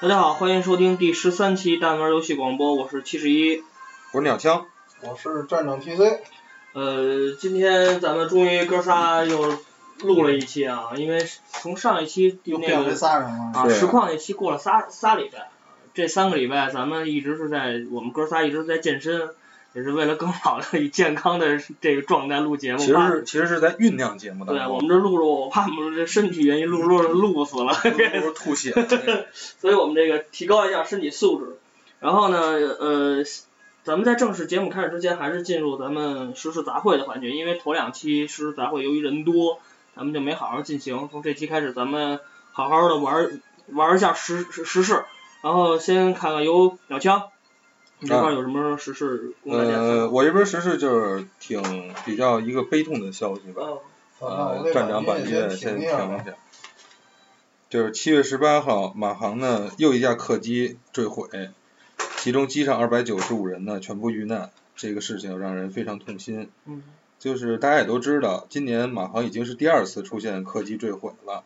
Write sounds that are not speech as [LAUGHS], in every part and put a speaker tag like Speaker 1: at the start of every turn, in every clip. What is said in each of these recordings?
Speaker 1: 大家好，欢迎收听第十三期弹丸游戏广播，我是七十一。
Speaker 2: 我是鸟枪，
Speaker 3: 我是站长 TC，
Speaker 1: 呃，今天咱们终于哥仨又录了一期啊，因为从上一期
Speaker 3: 又
Speaker 1: 那
Speaker 3: 变为
Speaker 1: 个
Speaker 3: 仨人了。
Speaker 1: 啊
Speaker 2: 对
Speaker 1: 实况那期过了仨仨礼拜，这三个礼拜咱们一直是在我们哥仨一直在健身，也是为了更好的以健康的这个状态录节目。
Speaker 2: 其实
Speaker 1: 怕
Speaker 2: 是其实是在酝酿节目当
Speaker 1: 对我啊们
Speaker 2: 中，
Speaker 1: 这录着我怕我们这身体原因录着录着录不死了。
Speaker 2: 不是吐
Speaker 1: [LAUGHS]
Speaker 2: 血，
Speaker 1: 所以我们这个提高一下身体素质。然后呢，呃，咱们在正式节目开始之前，还是进入咱们时事杂烩的环节，因为头两期时事杂烩由于人多，咱们就没好好进行。从这期开始，咱们好好的玩玩一下时时时事。然后先看看由鸟枪，你这块儿有什么时事供大家参
Speaker 2: 呃，
Speaker 1: 考？
Speaker 2: 我这边时事就是挺比较一个悲痛的消息吧，
Speaker 1: 嗯
Speaker 3: 那我
Speaker 2: 呃，
Speaker 3: 这
Speaker 2: 站长把
Speaker 3: 音乐
Speaker 2: 乐
Speaker 3: 先
Speaker 2: 先停
Speaker 3: 停一
Speaker 2: 一
Speaker 3: 下。
Speaker 2: 下。就是七月十八号，马航呢又一架客机坠毁，其中机上二百九十五人呢全部遇难，这个事情让人非常痛心。
Speaker 1: 嗯，
Speaker 2: 就是大家也都知道，今年马航已经是第二次出现客机坠毁了。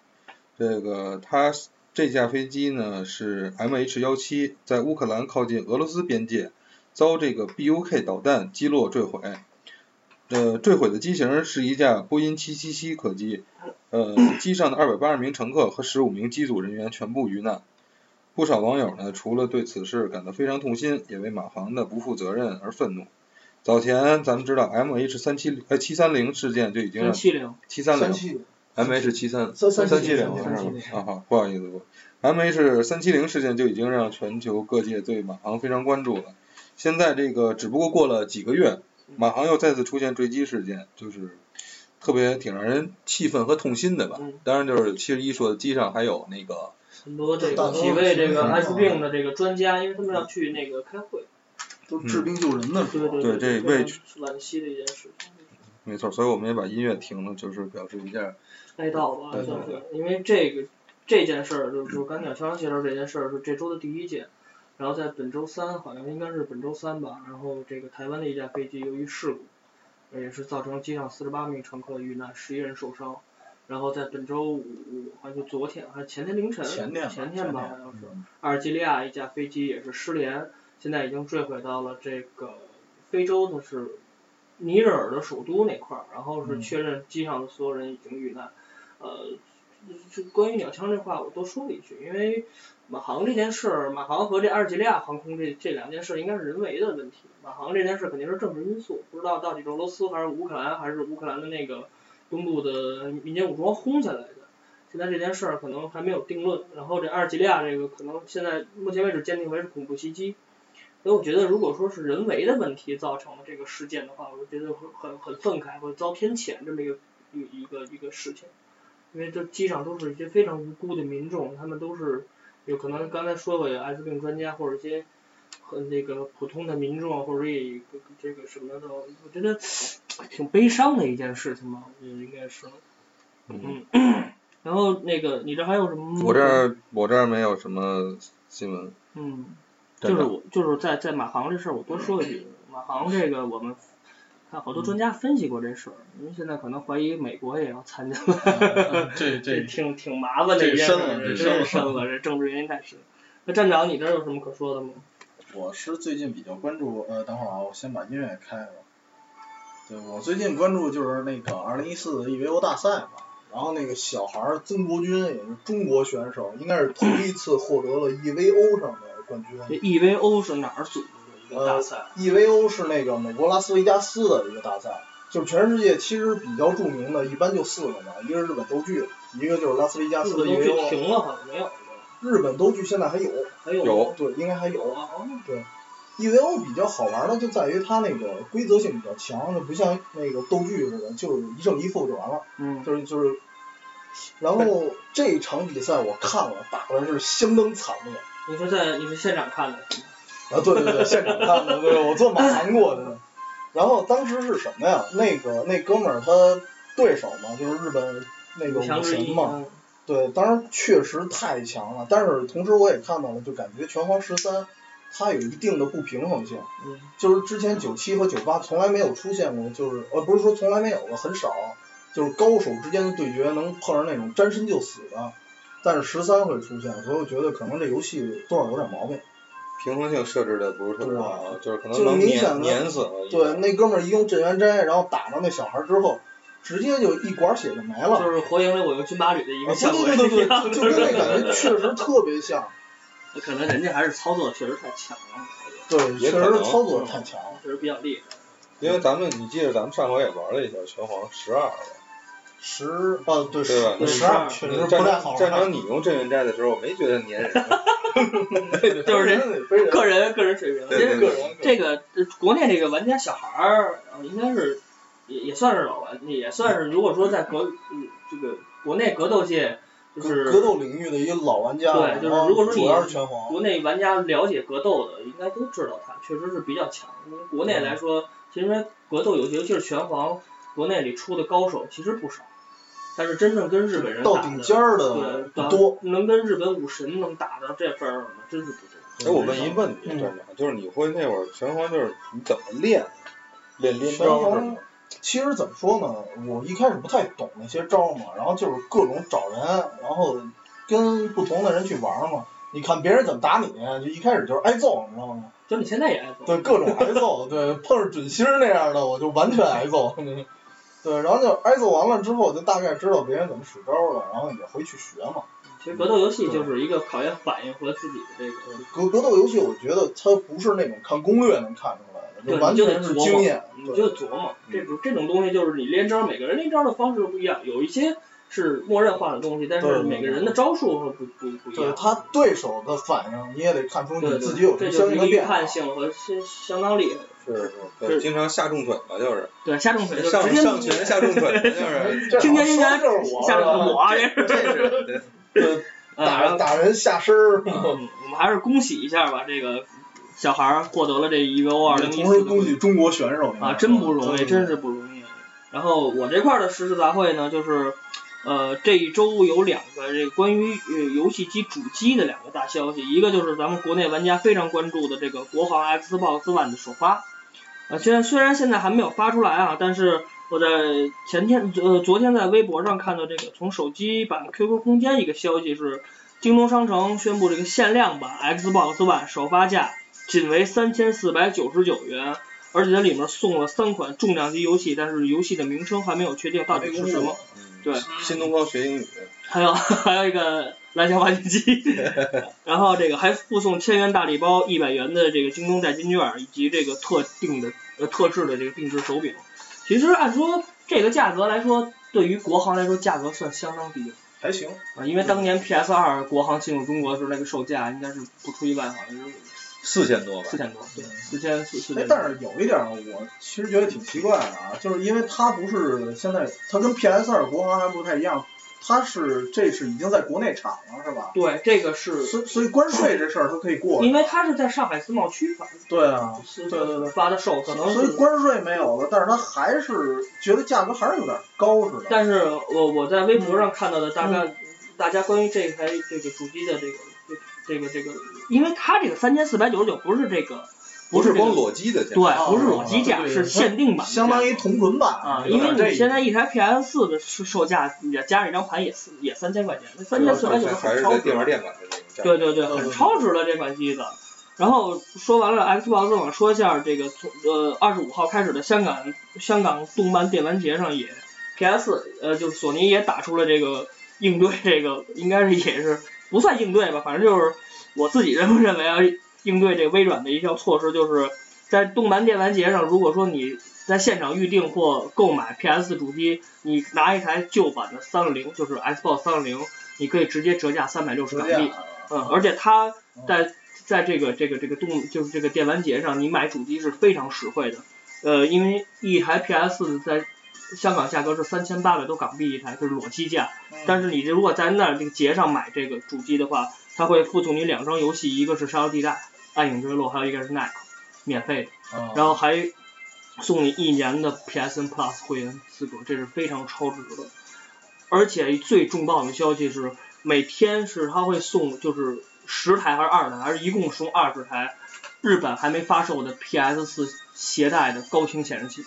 Speaker 2: 这个它这架飞机呢是 MH 幺七，在乌克兰靠近俄罗斯边界遭这个 BUK 导弹击落坠毁。呃，坠毁的机型是一架波音777客机，呃，机上的280名乘客和15名机组人员全部遇难。不少网友呢，除了对此事感到非常痛心，也为马航的不负责任而愤怒。早前咱们知道 M H 三七呃七三零事件就已经
Speaker 1: 三
Speaker 2: 让
Speaker 1: 七零，
Speaker 2: 七三零
Speaker 3: 三七
Speaker 2: M H 七三
Speaker 3: 三
Speaker 2: 三
Speaker 3: 三
Speaker 2: 七
Speaker 3: 零
Speaker 2: 零是
Speaker 3: 三
Speaker 2: 吧
Speaker 3: 七？
Speaker 2: 啊好，不好意思，M H 三七零事件就已经让全球各界对马航非常关注了。现在这个只不过过了几个月，
Speaker 3: 嗯
Speaker 2: 马航又再次出现坠机事件，就是特别挺让人气愤和痛心的吧
Speaker 1: 嗯。
Speaker 2: 当然就是七十一说的机上还有那个
Speaker 1: 很多这个嗯体卫这个艾滋病的这个专家，因为他们要去那个开会，
Speaker 3: 都治病救人的时
Speaker 1: 对
Speaker 3: 候，
Speaker 1: 对，
Speaker 2: 对这
Speaker 1: 非常
Speaker 2: 位
Speaker 1: 惋惜的一件事情。
Speaker 2: 没错，所以我们也把音乐停了，就是表示一下
Speaker 1: 哀悼吧，
Speaker 2: 对
Speaker 1: 算
Speaker 2: 对
Speaker 1: 是，因为这个这件事儿，就是刚鸟枪介绍这件事儿是这周的第一件，然后在本周三，好像应该是本周三吧，然后这个台湾的一架飞机由于事故，呃也是造成机上四十八名乘客遇难，十一人受伤，然后在本周五，好像就昨天还是前天凌晨，
Speaker 3: 前天吧嗯
Speaker 1: 前天吧，
Speaker 3: 前
Speaker 1: 好像是，阿尔及利亚一架飞机也是失联，现在已经坠毁到了这个非洲的是尼日尔的首都那块儿，然后
Speaker 3: 嗯
Speaker 1: 是确认机上的所有人已经遇难。呃，就关于鸟枪这话，我多说一句，因为马航这件事儿，马航和这阿尔及利亚航空这这两件事应该是人为的问题。马航这件事肯定是政治因素，不知道到底是俄罗斯还是乌克兰还是乌克兰的那个东部的民间武装轰下来的。现在这件事儿可能还没有定论，然后这阿尔及利亚这个可能现在目前为止鉴定为是恐怖袭击，所以我觉得如果说是人为的问题造成的这个事件的话，我觉得会很很愤慨，会遭偏谴这么一个一一个一个事情，因为这机上都是一些非常无辜的民众，他们都是有可能刚才说过有艾滋病专家或者一些和那个普通的民众啊或者也这个什么的，我觉得 [SNIFFS] 挺悲伤的一件事情吧，我觉得应该是。嗯然后那个，你这还有什
Speaker 3: 嗯
Speaker 1: 么？
Speaker 2: 嗯我这儿我这儿没有什么新闻，
Speaker 1: 嗯，
Speaker 2: 真
Speaker 1: 就
Speaker 2: 的
Speaker 1: 是我就是在在马航这事儿，我多说一句，马航这个我们看好多专家分析过这事儿，因为现在可能怀疑美国也要参加，
Speaker 3: 这
Speaker 1: 这挺挺麻烦的一件事儿，这真是
Speaker 3: 这深了这
Speaker 1: 深
Speaker 3: 深
Speaker 1: 了，这政治原因太深。那站长，你这儿有什么可说的吗？
Speaker 3: 我是最近比较关注，呃，等会儿啊，我先把音乐开了。对，我最近关注就是那个二零一四的 EVO 大赛嘛，然后那个小孩儿曾国军也是中国选手，应该是头一次获得了 EVO 上的冠军。
Speaker 1: 这 EVO 是哪儿组织的一个
Speaker 3: 呃
Speaker 1: 大赛？
Speaker 3: EVO E 是那个美国拉斯维加斯的一个大赛，就是全世界其实比较著名的，一般就四个嘛，一个是日本斗剧，一个就是拉斯维加
Speaker 1: 日
Speaker 3: 斯的
Speaker 1: 本都去
Speaker 3: EVO。
Speaker 1: 停了，好像没有了。
Speaker 3: 日本斗剧现在还有，
Speaker 1: 还有
Speaker 2: 有
Speaker 3: 对，应该还有。
Speaker 1: 啊，哦
Speaker 3: EVO 比较好玩的就在于它那个规则性比较强，就不像那个斗剧似的，就是一胜一负就完了，
Speaker 1: 嗯，
Speaker 3: 就是就是。然后这场比赛我看了，打的是相当惨烈
Speaker 1: 你是在你是现场看的？
Speaker 3: 啊！对对对，现场看的，对我坐马航过去的。然后当时是什么呀？那个那哥们儿他对手嘛，就是日本那个
Speaker 1: 五强
Speaker 3: 武
Speaker 1: 之
Speaker 3: 神
Speaker 1: 一
Speaker 3: 嘛，
Speaker 1: 嗯
Speaker 3: 对，当然确实太强了，但是同时我也看到了，就感觉拳皇十三它有一定的不平衡性，
Speaker 1: 嗯
Speaker 3: 就是之前九七和九八从来没有出现过，就是呃不是说从来没有吧，很少，就是高手之间的对决能碰上那种沾身就死的。但是十三会出现，所以我觉得可能这游戏多少有点毛病。
Speaker 2: 平衡性设置的不是特别好啊，就是可能
Speaker 3: 就是
Speaker 2: 能
Speaker 3: 明显
Speaker 2: 碾
Speaker 3: 的
Speaker 2: 碾死了一个。
Speaker 3: 对，那哥们儿一用镇元斋，然后打到那小孩儿之后，直接就一管血就没了。
Speaker 1: 嗯就是火影里我用军马吕的一
Speaker 3: 啊
Speaker 1: 个效果
Speaker 3: 对
Speaker 1: 一
Speaker 3: 对对对，
Speaker 1: 样
Speaker 3: 就就
Speaker 1: 就是
Speaker 3: 跟那感
Speaker 1: [LAUGHS]
Speaker 3: 觉确实特
Speaker 2: [LAUGHS]
Speaker 3: 别像，
Speaker 1: 可能人家还是操作确实太强了，
Speaker 3: 对，
Speaker 2: 也
Speaker 3: 确
Speaker 2: 可
Speaker 3: 实
Speaker 2: 能嗯
Speaker 3: 是操作太强了。
Speaker 1: 确实比较厉害。
Speaker 2: 因为咱们你记得咱们上回也玩了一下拳皇十二，
Speaker 3: 十哦对
Speaker 2: 对吧
Speaker 3: 十十二确实
Speaker 2: 嗯
Speaker 3: 不
Speaker 2: 战
Speaker 3: 太
Speaker 2: 场
Speaker 3: 好
Speaker 2: 战场
Speaker 3: 看，
Speaker 2: 你用镇元斋的时候，我没觉得粘人，
Speaker 1: [LAUGHS] 就是人
Speaker 3: 人非人
Speaker 1: 个人个人水平，
Speaker 2: 对
Speaker 1: 其
Speaker 2: 对
Speaker 1: 实
Speaker 2: 对
Speaker 3: 个人
Speaker 1: 这个这国内这个玩家小孩儿，呃应该是也也算是老玩，也算是如果说在格嗯这个国内格斗界，就
Speaker 3: 格格
Speaker 1: 是
Speaker 3: 斗领域的一老玩家，
Speaker 1: 对就是
Speaker 3: 然后
Speaker 1: 如果说你
Speaker 3: 主要是拳皇，
Speaker 1: 国内玩家了解格斗的，应该都知道他确实是比较强。因为国内来说，其实格斗游戏，尤其是拳皇，国内里出的高手其实不少，但是真正跟日本人
Speaker 3: 到
Speaker 1: 打
Speaker 3: 顶
Speaker 1: 的，
Speaker 3: 尖儿的
Speaker 1: 对，
Speaker 3: 不
Speaker 1: 到
Speaker 3: 多。
Speaker 1: 能跟日本武神能打到这份儿上的，真是不多。
Speaker 2: 哎，我问一问题，
Speaker 3: 嗯
Speaker 2: 站长，就是你会那会儿拳皇就是你怎么练？练练
Speaker 3: 拳
Speaker 2: 招是吗
Speaker 3: 皇其实怎么说呢，我一开始不太懂那些招嘛，然后就是各种找人，然后跟不同的人去玩嘛。你看别人怎么打你，就一开始就是挨揍，你知道吗？
Speaker 1: 就你现在也爱做，
Speaker 3: 对，各种挨揍，对，碰上准星儿那样的，我就完全挨揍。 [LAUGHS] 对，然后就挨揍完了之后，就大概知道别人怎么使招了，然后也回去学嘛。
Speaker 1: 其实格斗游戏就是一个考验反应和自己的这个。
Speaker 3: 格格斗游戏，我觉得它不是那种看攻略能看出来的，
Speaker 1: 对，
Speaker 3: 完
Speaker 1: 你就得
Speaker 3: 全
Speaker 1: 琢
Speaker 3: 是
Speaker 1: 磨，
Speaker 3: 经验。
Speaker 1: 你
Speaker 3: 对嗯
Speaker 1: 就琢磨这种这种东西，就是你连招，每个人连招的方式不一样，有一些是默认化的东西，但
Speaker 3: 对
Speaker 1: 是
Speaker 3: 对对
Speaker 1: 每个人的招数和不不不一
Speaker 3: 对
Speaker 1: 样。
Speaker 3: 他对手的反应，你也得看出
Speaker 1: 对对
Speaker 3: 你自己有什
Speaker 1: 这
Speaker 3: 么
Speaker 1: 就
Speaker 3: 相
Speaker 1: 是
Speaker 3: 应
Speaker 1: 一
Speaker 3: 的
Speaker 1: 个预
Speaker 3: 变化。
Speaker 1: 判性和相相当厉害。
Speaker 2: 是是，
Speaker 1: 是
Speaker 2: 对，经常下重腿嘛，就是
Speaker 1: 对，下重腿就直
Speaker 2: 上
Speaker 1: 接
Speaker 2: 上拳下
Speaker 1: [LAUGHS]
Speaker 2: 重腿，就是
Speaker 3: 这
Speaker 1: 听
Speaker 3: 好
Speaker 1: 见应该
Speaker 3: 像就是我
Speaker 1: 下重腿，
Speaker 3: [LAUGHS]
Speaker 1: 我啊这是
Speaker 2: 这是对
Speaker 3: 对呃打人打人下身儿，
Speaker 1: 嗯我们还是恭喜一下吧，这个小孩儿获得了这一个 O 二零一
Speaker 3: 同时
Speaker 1: 四
Speaker 3: 恭喜中国选手
Speaker 1: 嗯啊，真不容易，真
Speaker 3: 是
Speaker 1: 是不容易。然后我这块儿的实时杂烩呢，就是呃这一周有两个这个关于呃游戏机主机的两个大消息，一个就是咱们国内玩家非常关注的这个国行 Xbox One 的首发，呃虽然虽然现在还没有发出来啊，但是我在前天呃昨天在微博上看到这个从手机版 QQ 空间一个消息是，京东商城宣布这个限量版 Xbox One 首发价仅为三千四百九十九元。而且它里面送了三款重量级游戏，但是游戏的名称还没有确定到底是什么。？
Speaker 2: 嗯
Speaker 1: 对，
Speaker 2: 新东方学英语，
Speaker 1: 还有 [LAUGHS] 还有一个蓝翔挖掘
Speaker 3: [LAUGHS]
Speaker 1: 机，然后这个还附送千元大礼包、一百元的这个京东代金券，以及这个特定的呃特制的这个定制手柄。其实按说这个价格来说，对于国行来说价格算相当低
Speaker 3: 还行，
Speaker 1: 啊，因为当
Speaker 3: 嗯
Speaker 1: 年 PS 二国行进入中国的时候，那个售价应该是不出意外好像是
Speaker 2: 四千多吧
Speaker 1: 四，千多，对，四千四四
Speaker 3: 哎
Speaker 1: 千，多。
Speaker 3: 但是有一点儿我其实觉得挺奇怪的啊，就是因为它不是现在，它跟 PS 二国行还不太一样，它是这是已经在国内产了是吧？
Speaker 1: 对，这个是
Speaker 3: 所以所以关税这事儿它可以过，
Speaker 1: 因为它是在上海自贸区发的。
Speaker 3: 对啊，
Speaker 1: 对
Speaker 3: 对对对
Speaker 1: 发的售可能
Speaker 3: 所以
Speaker 1: 是，
Speaker 3: 关税没有了，但是它还是觉得价格还是有点高似的。
Speaker 1: 但是我我在微博上看到的大概、大家关于这台这个主机的这个这个这个，因为它这个三千四百九十九不是这个，
Speaker 2: 不是
Speaker 1: 这个
Speaker 2: 光裸机的钱，
Speaker 1: 对，啊不是
Speaker 3: 哦
Speaker 1: 裸机价，
Speaker 3: 对
Speaker 1: 是限定版的价，
Speaker 3: 相当于同捆版
Speaker 1: 啊，
Speaker 3: 有
Speaker 1: 因为
Speaker 3: 点这
Speaker 1: 你现在一台 PS 四的售售价，也加上一张盘也四也三千块钱，三千四百九十
Speaker 2: 还
Speaker 1: 很
Speaker 2: 是
Speaker 1: 超
Speaker 2: 在
Speaker 1: 值
Speaker 2: 电。玩店买的那个价。
Speaker 1: 对对对，
Speaker 3: 嗯
Speaker 1: 很超值了这款机子。然后说完了 Xbox，我说一下这个从呃二十五号开始的香港香港动漫电玩节上也 PS 呃就是索尼也打出了这个应对这个应该是也是不算应对吧，反正就是我自己认为认为啊应对这微软的一项措施就是在动漫电玩节上，如果说你在现场预定或购买 PS 主机，你拿一台旧版的三六零，就是 Xbox 三六零，你可以直接折价三百六十
Speaker 3: 折
Speaker 1: 港
Speaker 3: 价
Speaker 1: 币。嗯，而且它在在这个这个这个动就是这个电玩节上，你买主机是非常实惠的。呃，因为一台 PS 在香港价格是三千八百多港币一台，就是裸机价。
Speaker 3: 嗯
Speaker 1: 但是你如果在那儿这个节上买这个主机的话，它会附送你两张游戏，一个是《沙丘地带》《暗影坠落》，还有一个是《Knack》，免费的。
Speaker 3: 嗯
Speaker 1: 然后还送你一年的 PSN Plus 会员资格，这是非常超值的。而且最重磅的消息是，每天是他会送就是十台还是二十台，还是一共送二十台日本还没发售的 PS 四携带的高清显示器。
Speaker 3: 嗯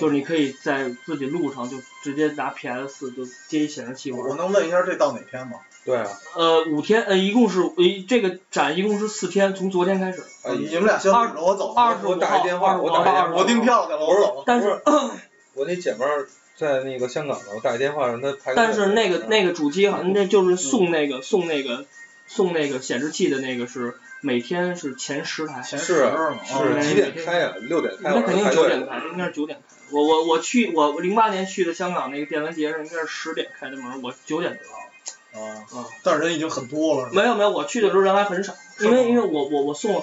Speaker 1: 就是你可以在自己路上就直接拿 PS 就接一显示器
Speaker 3: 我
Speaker 1: 玩。
Speaker 3: 能问一下这到哪天吗？
Speaker 2: 对啊，
Speaker 1: 呃，五天，呃，一共是，呃，这个展一共是四天，从昨天开始。
Speaker 2: 哎
Speaker 3: 你们俩先
Speaker 1: 二
Speaker 3: 等着我走了。
Speaker 1: 二十五
Speaker 2: 我打一电话
Speaker 1: 号，
Speaker 2: 我打
Speaker 1: 号
Speaker 2: 一电话
Speaker 1: 二十五
Speaker 3: 我订票去了，我走了。
Speaker 1: 但是
Speaker 2: 不 [CLEARS THROAT] 我那姐们儿在那个香港呢，我打一电话让她排个队。
Speaker 1: 但是那
Speaker 2: 嗯
Speaker 1: 个那个主机好像那就是送那个送那个送那个显示器的那个是每天是前十台，
Speaker 3: 前
Speaker 2: 是
Speaker 3: 十
Speaker 2: 啊
Speaker 3: 嘛，嗯
Speaker 2: 是几点开呀？六点开，
Speaker 1: 那
Speaker 2: 晚
Speaker 1: 肯
Speaker 2: 上
Speaker 1: 定
Speaker 2: 排
Speaker 1: 九
Speaker 2: 队。
Speaker 1: 点开，应该是九点开。我我我去我零八年去的香港那个电玩节上应该是十点开的门，我九点就到了。
Speaker 3: 啊
Speaker 1: 嗯，
Speaker 3: 但是人已经很多了。是吧
Speaker 1: 没有没有，我去的时候人还很少，因为因为我我我送了，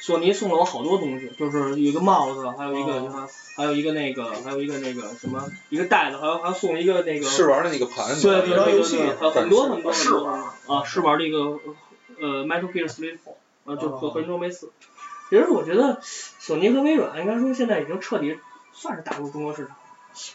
Speaker 1: 索尼送了我好多东西，就是一个帽子，还有一个、还有一个那个还有一个那个什么一个袋子，还有还送了一个那个
Speaker 2: 试玩的那个盘，你知道
Speaker 1: 对对
Speaker 2: 吗
Speaker 3: 有张
Speaker 1: 对
Speaker 3: 游
Speaker 1: 对
Speaker 3: 戏
Speaker 1: 对，呃很多很多
Speaker 3: 是
Speaker 1: 吧？啊，是玩这个呃 Metal Gear Solid Four，呃就和
Speaker 3: 哦
Speaker 1: 和神州没死。其实我觉得索尼和微软应该说现在已经彻底算是打入中国市场，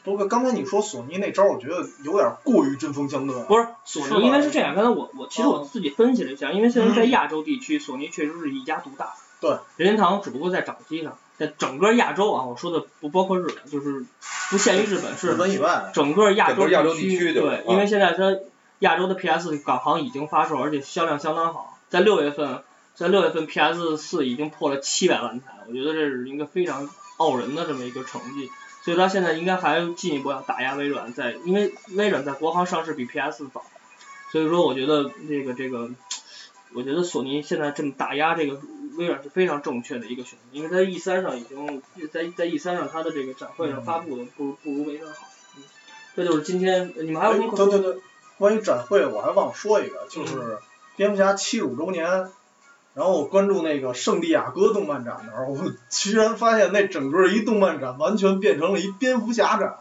Speaker 3: 不过刚才你说索尼那招，我觉得有点过于针锋相对。
Speaker 1: 不是索
Speaker 3: 是
Speaker 1: 尼，因
Speaker 3: 吧
Speaker 1: 为是这样，刚才我我其实我
Speaker 3: 哦
Speaker 1: 自己分析了一下，因为现在在
Speaker 3: 嗯
Speaker 1: 亚洲地区，索尼确实是一家独大。
Speaker 3: 对，
Speaker 1: 任天堂只不过在掌机上，在整个亚洲啊，我说的不包括日本，就是不限于日本，
Speaker 3: 日
Speaker 1: 是
Speaker 3: 本以外，
Speaker 1: 整个亚
Speaker 2: 整
Speaker 1: 洲
Speaker 2: 个亚洲地区啊
Speaker 1: 区，
Speaker 2: 对
Speaker 1: 对
Speaker 2: 吧，
Speaker 1: 因为现在它亚洲的 PS 港行已经发售，而且销量相当好，在六月份，在六月份 PS 四已经破了七百万台，我觉得这是一个非常傲人的这么一个成绩。所以它现在应该还进一步要打压微软在，因为微软在国行上市比 PS 早，所以说我觉得这个这个，我觉得索尼现在这么打压这个微软是非常正确的一个选择，因为它 E 三上已经在在 E 三上它的这个展会上发布的不如不如微软好。嗯这就是今天你们还有
Speaker 3: 哎
Speaker 1: 什么可
Speaker 3: 对对嗯对，关于展会我还忘说一个，就是蝙蝠侠七十五周年，然后我关注那个圣地亚哥动漫展的时候，我居然发现那整个一动漫展完全变成了一蝙蝠侠展。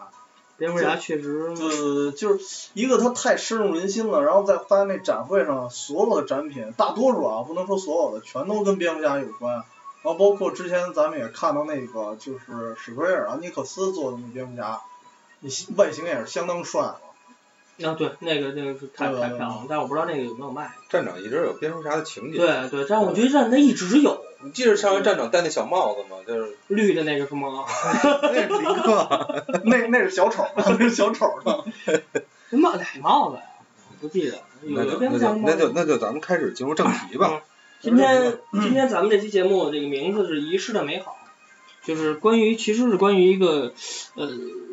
Speaker 1: 蝙蝠侠确实
Speaker 2: 嗯
Speaker 3: 呃，就是一个它太深入人心了，然后再发现那展会上所有的展品，大多数啊，不能说所有的，全都跟蝙蝠侠有关。然后包括之前咱们也看到那个，就是史奎尔·安啊尼克斯做的那蝙蝠侠，你外形也是相当帅了。
Speaker 1: 啊对那个那个是太
Speaker 2: 嗯
Speaker 3: 对
Speaker 1: 太漂亮了，但是我不知道那个有没有卖。
Speaker 2: 站长一直有蝙蝠侠的情节。
Speaker 1: 对对，但是我觉得这那一直有
Speaker 2: 你记着上回站长戴那小帽子吗？就是
Speaker 1: 绿的那个是吗？
Speaker 2: [LAUGHS] 那是林克，
Speaker 3: [LAUGHS] 那那是小丑，那是小丑呢。
Speaker 1: 帽哪帽子呀？我不记得有
Speaker 2: 那
Speaker 1: 有
Speaker 2: 就
Speaker 1: 蝙
Speaker 2: 那
Speaker 1: 蝠侠
Speaker 2: 就
Speaker 1: 吗？
Speaker 2: 那就那就咱们开始进入正题
Speaker 1: 嗯
Speaker 2: 吧。
Speaker 1: 今天
Speaker 3: 嗯
Speaker 1: 今天咱们这期节目这个名字是遗失的美好，就是关于其实是关于一个呃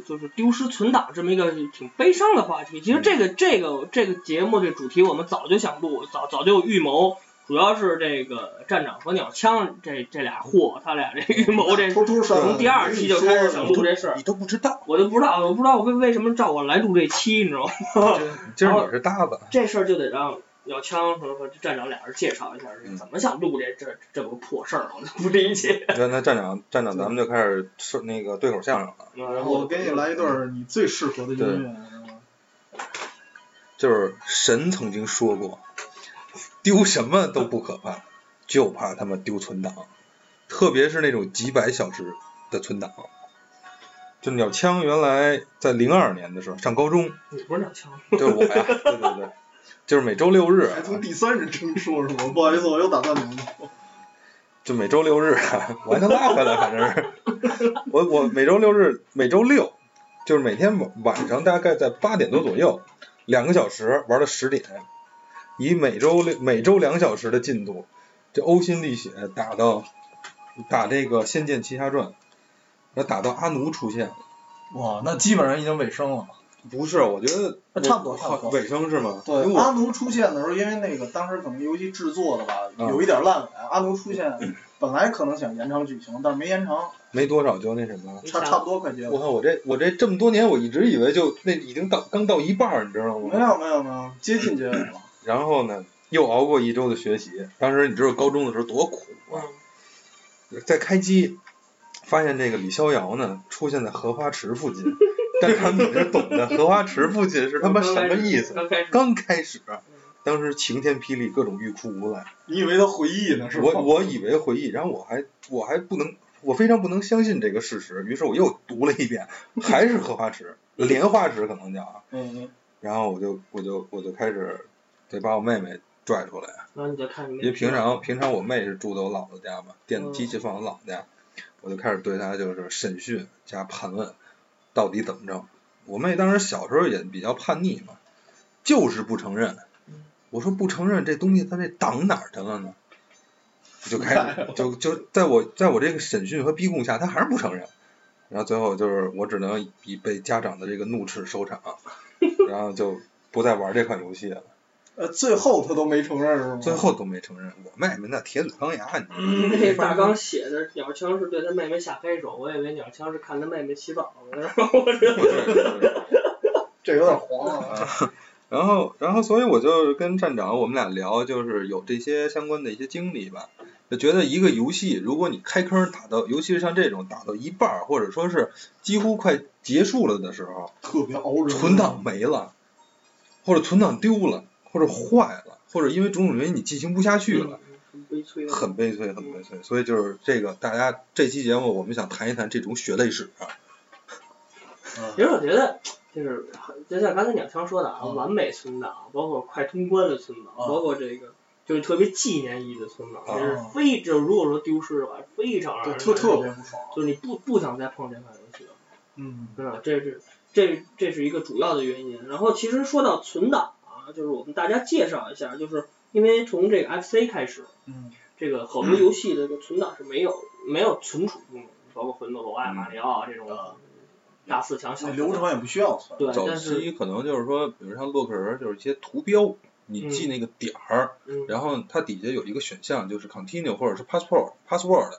Speaker 1: 就是丢失存档这么一个挺悲伤的话题。其实这个这个这个节目这主题我们早就想录，早早就有预谋。主要是这个站长和鸟枪这这俩货，他俩这预谋
Speaker 3: [LAUGHS]
Speaker 1: 这
Speaker 3: 突突
Speaker 1: 从第二期就开始想录这事儿，
Speaker 2: 你都不知道，
Speaker 1: 我就不知道，我不知道为为什么照我来录这期，你知
Speaker 3: [LAUGHS]
Speaker 1: 道吗？
Speaker 2: 今儿你是搭子，
Speaker 1: 这事儿就得让鸟枪和和站长俩人介绍一下，
Speaker 3: 嗯
Speaker 1: 是怎么想录这这这个破事儿，我就不理解。
Speaker 2: 那那站长站长，咱们就开始吃那个对口相声了。
Speaker 1: 然
Speaker 3: 然后我给你来一段儿你最适合的音乐，然后
Speaker 2: 就是神曾经说过，丢什么都不可怕，就怕他妈丢存档，特别是那种几百小时的存档。就鸟枪原来在零二年的时候上高中，
Speaker 1: 你不是鸟枪，
Speaker 2: 就是我呀，对对对，就是每周六日啊
Speaker 3: 还，从第三人称说是吗？不好意思，我又打断您了。
Speaker 2: 就每周六日啊，我还能拉回来，反正是，我我每周六日，每周六，就是每天晚晚上大概在八点多左右，两个小时玩到十点，以每周六每周两小时的进度，这呕心沥血打到打这个《仙剑奇侠传》，然后打到阿奴出现了，
Speaker 3: 哇，那基本上已经尾声了。
Speaker 2: 不是，我觉得
Speaker 3: 那呃差不多差不多
Speaker 2: 尾声是吗？
Speaker 3: 啊对啊
Speaker 2: 因，为
Speaker 3: 阿
Speaker 2: 我
Speaker 3: 奴出现的时候，因为那个当时可能游戏制作的吧，
Speaker 2: 嗯
Speaker 3: 有一点烂尾。阿奴出现，本来可能想延长剧情，但是没延长，
Speaker 2: 没多少就那什么了。
Speaker 3: 差差不多快结
Speaker 2: 我
Speaker 3: 尾。
Speaker 2: 看我这我这这么多年，我一直以为就那已经到刚到一半儿，你知道吗？
Speaker 3: 没有没有没有，接近结尾了。
Speaker 2: 然后呢，又熬过一周的学习。当时你知道高中的时候多苦
Speaker 1: 嗯
Speaker 2: 啊！在开机，发现这个李逍遥呢出现在荷花池附近，但他们是懂的，荷花池附近是他妈什么意思？
Speaker 1: 刚开始，
Speaker 2: 刚开始，当时晴天霹雳，各种欲哭无泪。
Speaker 3: [COUGHS] 你以为他回忆呢是吧？
Speaker 2: 我我以为回忆，然后我还我还不能，我非常不能相信这个事实，于是我又读了一遍，还是荷花池，莲花池可能叫啊。
Speaker 3: 嗯，
Speaker 2: 然后我就我就我就开始得把我妹妹拽出来。
Speaker 1: 然后你再看你们嗯
Speaker 2: 因为平常平常我妹是住在我姥姥家嘛，电子机器放我姥姥家，我就开始对他就是审讯加盘问，到底怎么着？我妹当时小时候也比较叛逆嘛，就是不承认。我说不承认这东西，它这挡哪儿去了呢？就
Speaker 1: [LAUGHS]
Speaker 2: 开始就就在我在我这个审讯和逼供下，他还是不承认。然后最后就是我只能以被家长的这个怒斥收场，然后就不再玩这款游戏了。
Speaker 3: 呃，最后他都没承认是吗？
Speaker 2: 最后都没承认，我妹妹那铁嘴钢牙，你
Speaker 1: 那大纲写的鸟枪是对他妹妹下黑手，我以为鸟枪是看他妹妹洗澡呢，然后我这
Speaker 3: 这有点黄 [LAUGHS] 了。哎
Speaker 2: 然后，然后，所以我就跟站长我们俩聊，就是有这些相关的一些经历吧。就觉得一个游戏，如果你开坑打到，尤其是像这种打到一半儿，或者说是几乎快结束了的时候，
Speaker 3: 特别熬人。
Speaker 2: 存档没了，或者存档丢了，或者坏了，或者因为种种原因你进行不下去了，
Speaker 1: 很悲催的。
Speaker 2: 很悲催，很悲催。所以就是这个，大家这期节目我们想谈一谈这种血泪史啊。
Speaker 1: 其实我觉得就是就像刚才鸟枪说的啊，
Speaker 3: 嗯
Speaker 1: 完美存档，包括快通关的存档，
Speaker 3: 啊
Speaker 1: 包括这个就是特别纪念意义的存档，就
Speaker 2: 啊
Speaker 1: 是非就如果说丢失的话，非常让
Speaker 3: 对，
Speaker 1: 人
Speaker 3: 特
Speaker 1: 难受
Speaker 3: 特别不爽。
Speaker 1: 就是你不不想再碰这款游戏了，
Speaker 3: 嗯，
Speaker 1: 真的，啊这是这这是一个主要的原因。然后其实说到存档啊，就是我们大家介绍一下，就是因为从这个 FC 开始，
Speaker 3: 嗯，
Speaker 1: 这个好多游戏的这个存档是没有没有存储功能，包括魂斗罗
Speaker 2: 嗯
Speaker 1: 啊、马里奥啊这种
Speaker 3: 啊
Speaker 1: 大四强小
Speaker 3: 那
Speaker 1: 四
Speaker 3: 流程也不需要算。
Speaker 1: 对，
Speaker 2: 早
Speaker 1: 但是
Speaker 2: 期可能就是说，比如像洛克人，就是一些图标，你记那个点儿，
Speaker 1: 嗯，
Speaker 2: 然后它底下有一个选项就是 continue 或者是 passport password，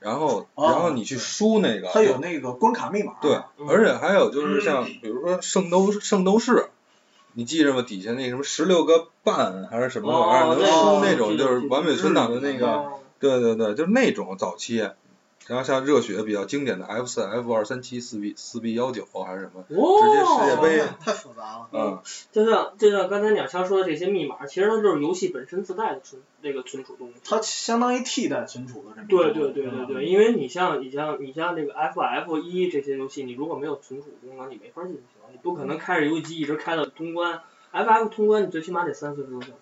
Speaker 2: 然后、
Speaker 3: 哦
Speaker 2: 然后你去输那个，
Speaker 3: 它有那个关卡密码。哦
Speaker 2: 对，
Speaker 1: 嗯
Speaker 2: 而且还有就是像比如说圣斗圣斗士。你记着吗？底下那什么十六个半还是什么玩意
Speaker 1: 哦
Speaker 2: 儿，能
Speaker 1: 哦
Speaker 2: 输那
Speaker 1: 记得
Speaker 2: 种就是
Speaker 1: 记得
Speaker 2: 完美存档的那个，
Speaker 1: 哦
Speaker 2: 对对对，就是那种早期。然后像热血比较经典的 F 四、F 二三七、四 B 四 B 幺九还是什么，直接世界
Speaker 1: 哦，
Speaker 2: 杯
Speaker 3: 太复杂了。
Speaker 2: 嗯，
Speaker 1: 就像就像刚才鸟枪说的这些密码，其实它就是游戏本身自带的存那个存储东西。
Speaker 3: 它相当于替代存储的这种。
Speaker 1: 对对对对
Speaker 3: 嗯
Speaker 1: 对，。因为你像你像你像这个 F F 一这些游戏，你如果没有存储功能，你没法进行，你不可能开着游戏机一直开到通关。F F 通关你最起码得三四十个小时，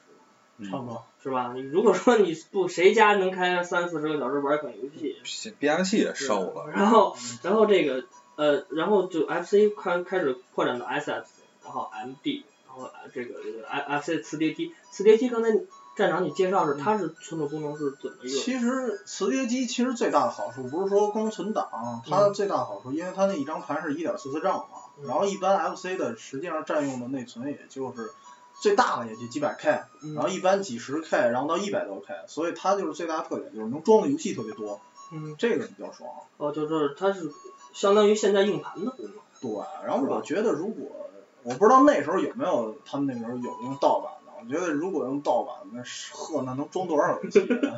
Speaker 3: 嗯差不多。
Speaker 1: 是吧？你如果说你不谁家能开三四十个小时玩一款游戏，
Speaker 2: 变压器也烧嗯了，
Speaker 1: 然后然后这个呃，然后就 F C 开开始扩展到 S F，然后 M D，然后这个这个 F C 磁碟机，磁碟机刚才站长你介绍是它是存储功能是怎么一个？
Speaker 3: 其实磁碟机其实最大的好处不是说光存档，它最大的好处，因为它那一张盘是一点四四兆嘛，
Speaker 1: 嗯
Speaker 3: 然后一般 FC 的实际上占用的内存也就是最大的也就几百 K，然
Speaker 1: 嗯
Speaker 3: 后一般几十 K，然后到一百多 K，所以它就是最大的特点就是能装的游戏特别多，
Speaker 1: 嗯，
Speaker 3: 这个比较爽。
Speaker 1: 哦，就是它是相当于现在硬盘的功能。
Speaker 3: 对，然后
Speaker 1: 是吧
Speaker 3: 我觉得如果我不知道那时候有没有他们那时候有用盗版的，我觉得如果用盗版，那是呵，那能装多少游戏啊？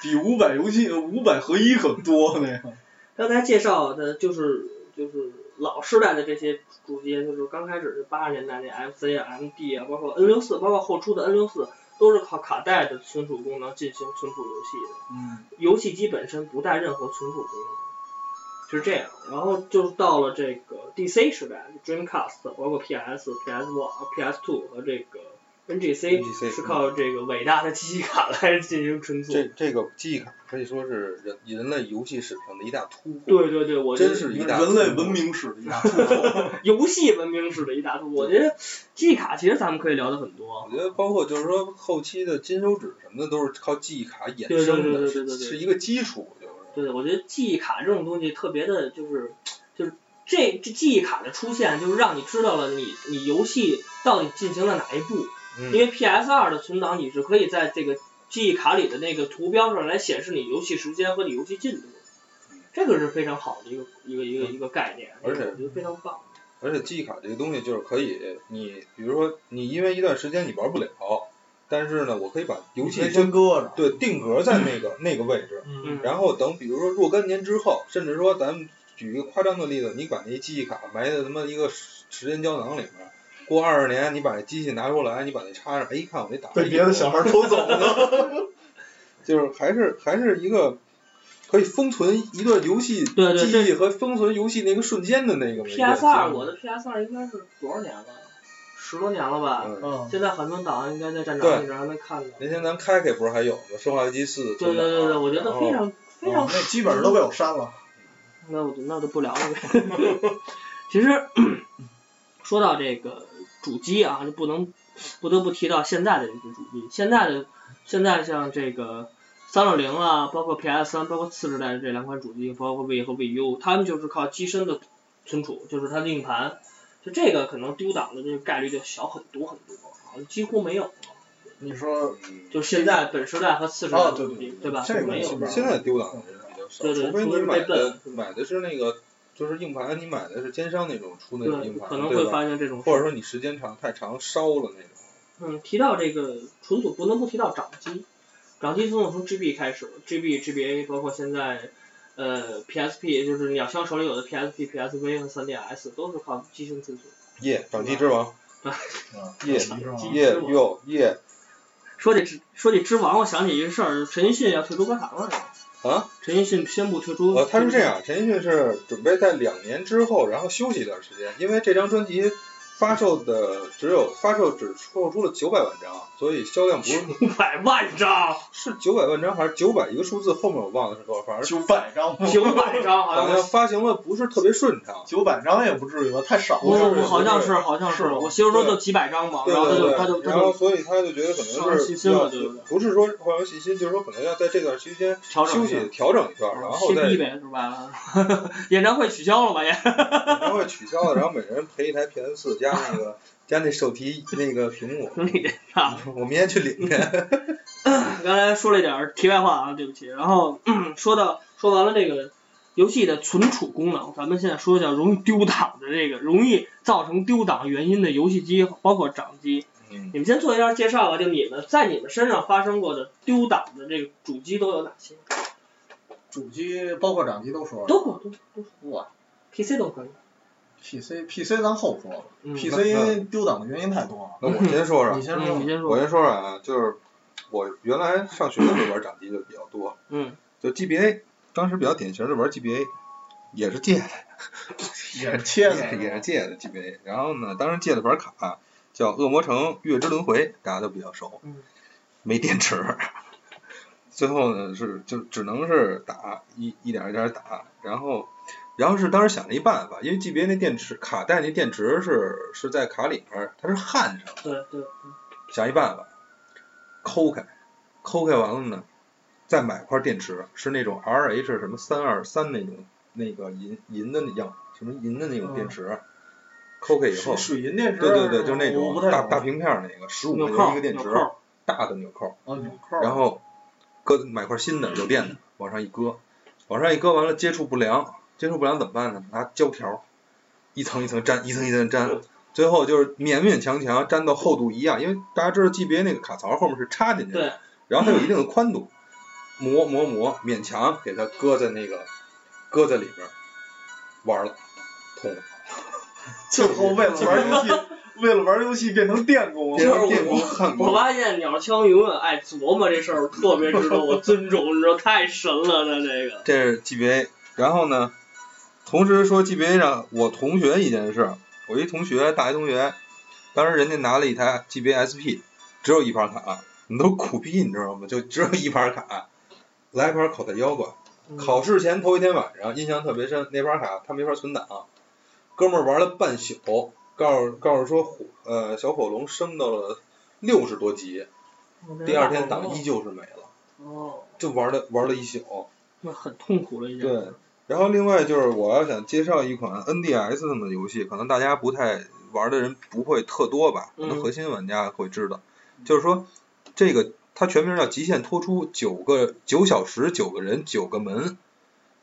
Speaker 3: 比五百游戏五百合一可多那个。
Speaker 1: 刚才介绍的就是就是老时代的这些主机，就是刚开始是八十年代那 FC 啊、MD 啊，包括 N 六四，包括后出的 N 六四，都是靠卡带的存储功能进行存储游戏的。
Speaker 3: 嗯，
Speaker 1: 游戏机本身不带任何存储功能，就是这样。然后就到了这个 DC 时代，Dreamcast 包括 PS、PS One、PS Two 和这个 NGC
Speaker 2: NGC
Speaker 1: 是靠这个伟大的记忆卡来进行存储。
Speaker 2: 这这个记忆卡可以说是人人类游戏史上的一大突破，
Speaker 1: 对对对，我觉得
Speaker 2: 真是一大
Speaker 3: 人类文明史的一大突破。
Speaker 1: 游戏文明史的一大突破。我觉得记忆卡其实咱们可以聊的很多
Speaker 2: 我，觉得包括就是说后期的金手指什么的都是靠记忆卡衍
Speaker 1: 对对
Speaker 2: 生
Speaker 1: 对
Speaker 2: 的，
Speaker 1: 对
Speaker 2: 是
Speaker 1: 对对
Speaker 2: 是一个基础，就是。
Speaker 1: 对，我觉得记忆卡这种东西特别的，就是就是这这记忆卡的出现，就是让你知道了你你游戏到底进行了哪一步。因
Speaker 2: 嗯，
Speaker 1: 为 PS 二的存档你是可以在这个记忆卡里的那个图标上来显示你游戏时间和你游戏进度，这个是非常好的一个一个一个一个概念，
Speaker 2: 嗯而且
Speaker 1: 我觉得非常棒。
Speaker 2: 而且记忆卡这个东西就是可以，你比如说你因为一段时间你玩不了，但是呢，我可以把游戏
Speaker 3: 你可以
Speaker 2: 先
Speaker 3: 先搁着。
Speaker 2: 对定格在
Speaker 1: [CLEARS THROAT]
Speaker 2: 那个那个位置，
Speaker 1: 嗯
Speaker 2: 然后等比如说若干年之后，甚至说咱们举一个夸张的例子，你把那记忆卡埋在他妈一个时时间胶囊里面，过二十年你把那机器拿出来，你把那插上，哎，一看我那打
Speaker 3: 被别的小孩偷走了。
Speaker 2: 就是还是还是一个可以封存一段游戏
Speaker 1: 对对
Speaker 2: 记忆和封存游戏那个瞬间的那个
Speaker 1: PS 二我的 PS 二应该是多少年了？十多年了吧？
Speaker 2: 嗯，
Speaker 3: 嗯，
Speaker 1: 现在很多档案应该在站长那里还能看到。
Speaker 2: 那天咱们开开不是还有吗？《生化危机四》哦
Speaker 1: 对对对对，我觉得非常
Speaker 2: 然
Speaker 1: 哎呀
Speaker 3: 啊那基本上都被我删了。
Speaker 1: 那我就那我就不聊了呗。 [LAUGHS] 其实说到这个主机啊，就不能不得不提到现在的这个主机。现在的现在像这个三六零啊，包括 PS 三，包括次世代的这两款主机，包括 V 和 VU，他们就是靠机身的存储，就是它的硬盘，就这个可能丢档的这个概率就小很多很多，好像几乎没有了。
Speaker 3: 你说
Speaker 1: 就现在本时代和次时代
Speaker 3: 啊
Speaker 2: 哦
Speaker 1: 的
Speaker 3: 对
Speaker 1: 主
Speaker 3: 对
Speaker 1: 机，
Speaker 3: 对
Speaker 1: 对吧？
Speaker 3: 这个
Speaker 1: 就没有
Speaker 3: 基本
Speaker 1: 了。
Speaker 3: 上
Speaker 2: 现在丢档的人比较少，
Speaker 1: 对对
Speaker 2: 除非你
Speaker 1: 除
Speaker 2: 买
Speaker 1: 非被
Speaker 2: 的
Speaker 1: 笨
Speaker 2: 买的是那个就是硬盘，你买的是奸商那种出那种
Speaker 1: 对
Speaker 2: 硬，盘，
Speaker 1: 可能
Speaker 2: 对
Speaker 1: 会
Speaker 2: 吧？
Speaker 1: 发现这种事
Speaker 2: 或者说你时间长太长烧了那种。
Speaker 1: 嗯，提到这个重组，不能不提到掌机。掌机从我从 GB 开始，GB、GBA，包括现在呃 PSP，就是鸟枪手里有的 PSP、PSV 和 3DS，都是靠机身存储。
Speaker 2: 耶，掌机之王，
Speaker 3: 啊，
Speaker 2: 耶
Speaker 3: 是吧
Speaker 1: 机
Speaker 2: 耶
Speaker 1: 之王
Speaker 2: 哟耶
Speaker 1: 说起之说起之王，我想起一个事儿，陈奕迅要退出歌坛了。是吧
Speaker 2: 啊！
Speaker 1: 陈奕迅宣布退出。
Speaker 2: 呃，他是这。样，陈奕迅是准备在两年之后，然后休息一段时间，因为这张专辑发售的只有发售只售出了九百万张，所以销量不是
Speaker 1: 五百万张，
Speaker 2: 是九百万张还是九百一个数字，后面我忘了是多少，反正
Speaker 3: 九百张，
Speaker 1: 九百张好
Speaker 2: 好
Speaker 1: 像
Speaker 2: 像
Speaker 1: 是。
Speaker 2: 发行的不是特别顺畅。
Speaker 3: 九百张也不至于吧，太少
Speaker 1: 不
Speaker 2: 是
Speaker 3: 了。
Speaker 1: 不，好像是，好像
Speaker 3: 是
Speaker 1: 是。
Speaker 3: 吗
Speaker 1: 我媳妇说就几百张吧，
Speaker 2: 对
Speaker 1: 然后他
Speaker 2: 对
Speaker 1: 就
Speaker 2: 对，
Speaker 1: 他就他
Speaker 2: 然后
Speaker 1: 就
Speaker 2: 所以他就觉得可
Speaker 1: 丧
Speaker 2: 能
Speaker 1: 失信
Speaker 2: 是
Speaker 1: 心了
Speaker 2: 要
Speaker 1: 对对
Speaker 2: 不是说放弃信心，就是说可能要在这段时间
Speaker 1: 调整
Speaker 2: 休
Speaker 1: 一下
Speaker 2: 息调整一段，然后
Speaker 1: 歇
Speaker 2: 再
Speaker 1: 逼呗，是吧？ [LAUGHS] 演唱会取消了吧也？
Speaker 2: 然后取消了，然后每人赔一台 PS 四加那个加那手提那个屏幕。
Speaker 1: 你这啥？
Speaker 2: [LAUGHS] 我明天去领去。
Speaker 1: 刚才说了一点儿题外话啊，对不起。然后、 [CLEARS THROAT] 说到说完了这个游戏的存储功能，咱们现在说一下容易丢档的这个容易造成丢档原因的游戏机，包括掌机。
Speaker 2: 嗯，
Speaker 1: 你们先做一下介绍啊，就你们在你们身上发生过的丢档的这个主机都有哪些？
Speaker 3: 主机包括掌机都说了。
Speaker 1: 都可以都都
Speaker 3: 哇
Speaker 1: ，PC 都可以。
Speaker 3: ，PC PC 咱后说吧
Speaker 1: 嗯
Speaker 3: ，PC 因为丢档的原因太多了。
Speaker 2: 那我先说说
Speaker 3: 你，先
Speaker 1: 嗯，你
Speaker 3: 说，
Speaker 1: 先
Speaker 2: 我
Speaker 1: 说。
Speaker 2: 先说说啊，就是我原来上学的时候玩掌机就比较多，
Speaker 1: 嗯，
Speaker 2: 就 GBA，当时比较典型的玩 GBA，也是借的，
Speaker 3: 也是切的，
Speaker 2: 也是借的 GBA。然后呢，当时借的盘卡叫《恶魔城月之轮回》，大家都比较熟
Speaker 1: 嗯，
Speaker 2: 没电池。 [LAUGHS] 最后呢是就只能是打一一点一点打，然后然后是当时想了一办法，因为 GBA 那电池卡带那电池是是在卡里面，它是焊上的，
Speaker 1: 对对，
Speaker 2: 想一办法抠开，抠开完了呢，再买块电池，是那种 RH 什么三二三那种那个银银的那样什么银的那种电池，抠开以后
Speaker 3: 水，水银电池，
Speaker 2: 对对对，就是那
Speaker 3: 我
Speaker 2: 种
Speaker 3: 不太
Speaker 2: 大
Speaker 3: 懂
Speaker 2: 大平片儿那个十五块
Speaker 1: 纽
Speaker 2: 钱
Speaker 1: 扣
Speaker 2: 一个电
Speaker 1: 纽
Speaker 2: 池，
Speaker 1: 扣，
Speaker 2: 大的纽扣。
Speaker 3: 啊纽扣，
Speaker 2: 然后搁买块新的有电的往上一搁，往上一搁完了接触不良，接触不良怎么办呢？拿胶条一层一层粘，一层一层粘，最后就是勉勉强强粘到厚度一样，因为大家知道 GBA 那个卡槽后面是插进去
Speaker 1: 对
Speaker 2: 的，然后它有一定的宽度，磨磨磨，勉强给它搁在那个搁在里边儿玩了，通了。
Speaker 3: 最后为了
Speaker 1: [LAUGHS]
Speaker 3: 玩游戏，为了玩游戏变成电工
Speaker 2: 别
Speaker 1: 就是
Speaker 3: 了。
Speaker 2: 让
Speaker 1: 我
Speaker 2: 电工焊
Speaker 1: 我
Speaker 2: 过，
Speaker 1: 发现鸟枪永远爱琢磨这事儿，特别值得我尊重，你知道太神了，他这个。
Speaker 2: 这是 GBA。然后呢，同时说 GBA 上我同学一件事，我一同学大学同学，当时人家拿了一台 GBA SP，只有一盘卡，你都苦逼你知道吗？就只有一盘卡，来盘口袋妖怪。
Speaker 1: 嗯
Speaker 2: 考试前头一天晚上，印象特别深，那盘卡他没法存档，哥们儿玩了半宿，告诉告诉说火呃小火龙升到了六十多级，第二天档依旧是没了，
Speaker 1: 哦，
Speaker 2: 就玩了玩了一宿。
Speaker 1: 那很痛苦了已经。
Speaker 2: 对，然后另外就是我要想介绍一款 NDS 上的游戏，可能大家不太玩的人不会特多吧，可能
Speaker 1: 嗯
Speaker 2: 核心玩家会知道，就是说这个它全名叫《极限脱出》，九个九小时九个人九个门，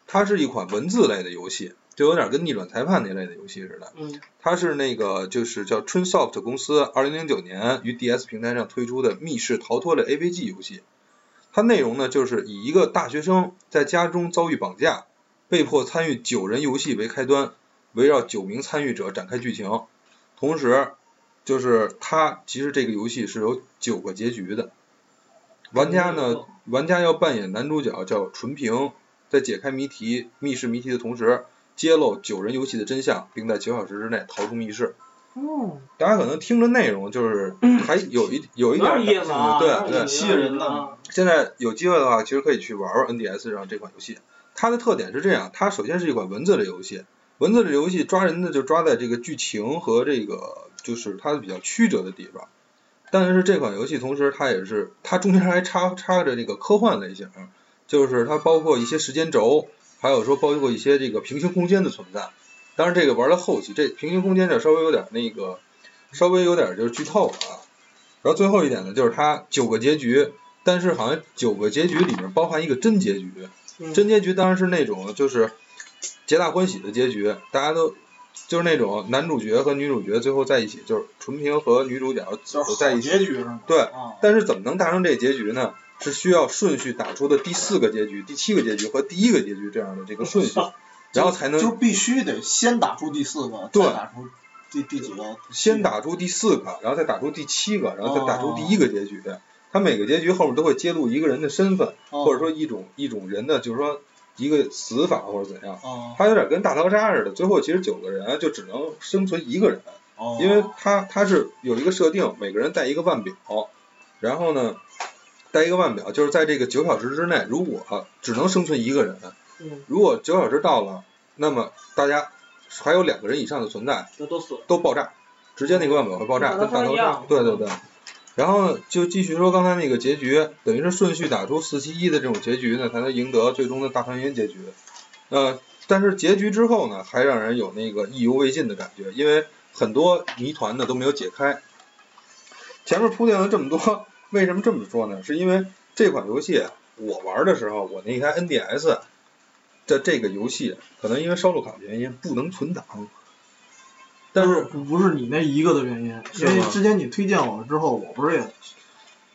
Speaker 2: 它是一款文字类的游戏，就有点跟逆转裁判那类的游戏似的。
Speaker 1: 嗯
Speaker 2: 它是那个就是叫 Trinsoft 公司二零零九年于 DS 平台上推出的密室逃脱类 AVG 游戏。它内容呢，就是以一个大学生在家中遭遇绑架，被迫参与九人游戏为开端，围绕九名参与者展开剧情。同时，就是它其实这个游戏是有九个结局的。玩家呢，玩家要扮演男主角叫纯平，在解开谜题、密室谜题的同时，揭露九人游戏的真相，并在九小时之内逃出密室。
Speaker 4: 哦，
Speaker 2: 大家可能听着内容
Speaker 4: [CLEARS THROAT]
Speaker 2: 就是还有一有一点
Speaker 4: 有
Speaker 2: 感
Speaker 4: 点意
Speaker 2: 兴
Speaker 4: 思啊，
Speaker 2: 趣，对
Speaker 4: 有点
Speaker 2: 对
Speaker 4: 意。思
Speaker 3: 吸引人
Speaker 4: 啊
Speaker 3: 呢。
Speaker 2: 现在有机会的话，其实可以去玩玩 NDS 上这款游戏。它的特点是这样，它首先是一款文字类游戏，文字类游戏抓人的就抓在这个剧情和这个就是它比较曲折的地方。但是这款游戏同时它也是它中间还插插着这个科幻类型，就是它包括一些时间轴，还有说包括一些这个平行空间的存在。当然这个玩到后期，这平行空间这稍微有点那个，稍微有点就是剧透了啊。然后最后一点呢，就是它九个结局，但是好像九个结局里面包含一个真结局，
Speaker 4: 嗯
Speaker 2: 真结局当然是那种就是皆大欢喜的结局，大家都就是那种男主角和女主角最后在一起，就是纯平和女主角
Speaker 3: 就是
Speaker 2: 走在
Speaker 3: 好
Speaker 2: 一起。
Speaker 3: 结局是吗？
Speaker 2: 对
Speaker 3: 啊，
Speaker 2: 但是怎么能达成这结局呢？是需要顺序打出的第四个结局、第七个结局和第一个结局这样的这个
Speaker 3: [LAUGHS]
Speaker 2: 顺序，然后才
Speaker 3: 就
Speaker 2: 能
Speaker 3: 必须得先打出第四个，
Speaker 2: 对
Speaker 3: 再打出第第几个？
Speaker 2: 先打出第四个，然后再打出第七个，然后再打出第一个结局。它每个结局后面都会揭露一个人的身份，
Speaker 3: 哦，
Speaker 2: 或者说一种一种人的，就是说一个死法或者怎样。
Speaker 3: 哦，
Speaker 2: 它有点跟大逃杀似的，最后其实九个人啊就只能生存一个人，
Speaker 3: 哦，
Speaker 2: 因为它它是有一个设定，每个人带一个腕表，然后呢带一个腕表，就是在这个九小时之内，如果、只能生存一个人，
Speaker 4: 嗯，
Speaker 2: 如果九小时到了，那么大家还有两个人以上的存在
Speaker 4: 就都死了。
Speaker 2: 都爆炸，直接那个腕表会爆炸，
Speaker 4: 跟
Speaker 2: 跟
Speaker 4: 大
Speaker 2: 大
Speaker 4: 逃杀
Speaker 2: 逃
Speaker 4: 一
Speaker 2: 杀
Speaker 4: 样，
Speaker 2: 对对对。然后呢就继续说刚才那个结局，等于是顺序打出四七一的这种结局呢，才能赢得最终的大团圆结局。呃，但是结局之后呢，还让人有那个意犹未尽的感觉，因为很多谜团呢都没有解开。前面铺垫了这么多，为什么这么说呢？是因为这款游戏我玩的时候，我那台 NDS 的这个游戏，可能因为烧录卡原因不能存档，但是
Speaker 3: 不不是你那一个的原因，
Speaker 2: 是
Speaker 3: 因为
Speaker 2: 吗
Speaker 3: 之前你推荐我之后，我不是也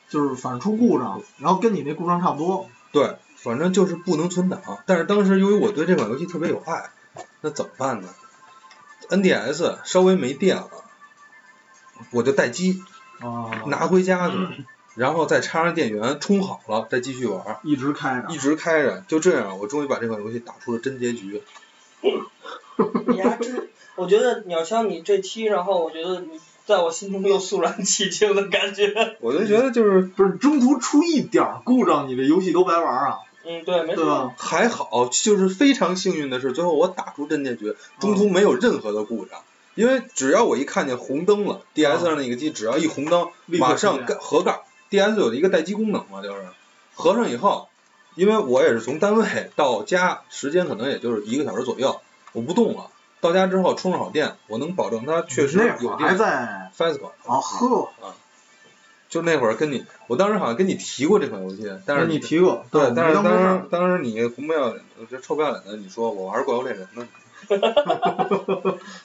Speaker 3: 就是反正出故障，然后跟你那故障差不多。
Speaker 2: 对，反正就是不能存档。但是当时由于我对这款游戏特别有爱，那怎么办呢？NDS 稍微没电了，我就待机
Speaker 3: 啊，
Speaker 2: 拿回家去，然后再插上电源充好了，再继续玩，
Speaker 3: 一直开着
Speaker 2: 一，直开着，就这样，我终于把这款游戏打出了真结局。
Speaker 4: 你还真，我觉得鸟枪你这期，然后我觉得你在我心中又肃然起敬的感觉。
Speaker 2: 我就觉得就是
Speaker 3: 不是中途出一点儿故障，你这游戏都白玩啊，
Speaker 4: 嗯，对，没
Speaker 3: 对啊
Speaker 4: 错。
Speaker 3: 吧？
Speaker 2: 还好，就是非常幸运的是，最后我打出真结局，中途没有任何的故障。因为只要我一看见红灯了，DS 上那个机只要一红灯，
Speaker 3: 啊立刻
Speaker 2: 马
Speaker 3: 出
Speaker 2: 上
Speaker 3: 现
Speaker 2: 盖合盖。DS 有一个待机功能嘛，就是合上以后，因为我也是从单位到家时间可能也就是一个小时左右，我不动了。到家之后充上好电，我能保证它确实
Speaker 3: 那会
Speaker 2: 有
Speaker 3: 儿还
Speaker 2: 电。
Speaker 3: 在
Speaker 2: FESCO
Speaker 3: 啊呵，
Speaker 2: 就那会儿跟你，我当时好像跟你提过这款游戏，但是
Speaker 3: 你提过，
Speaker 2: 对，但
Speaker 3: 但
Speaker 2: 是
Speaker 3: 我没
Speaker 2: 当
Speaker 3: 当回事
Speaker 2: 时
Speaker 3: 儿
Speaker 2: 当时你红不要脸，这臭不要脸的，你说我玩怪物猎人呢，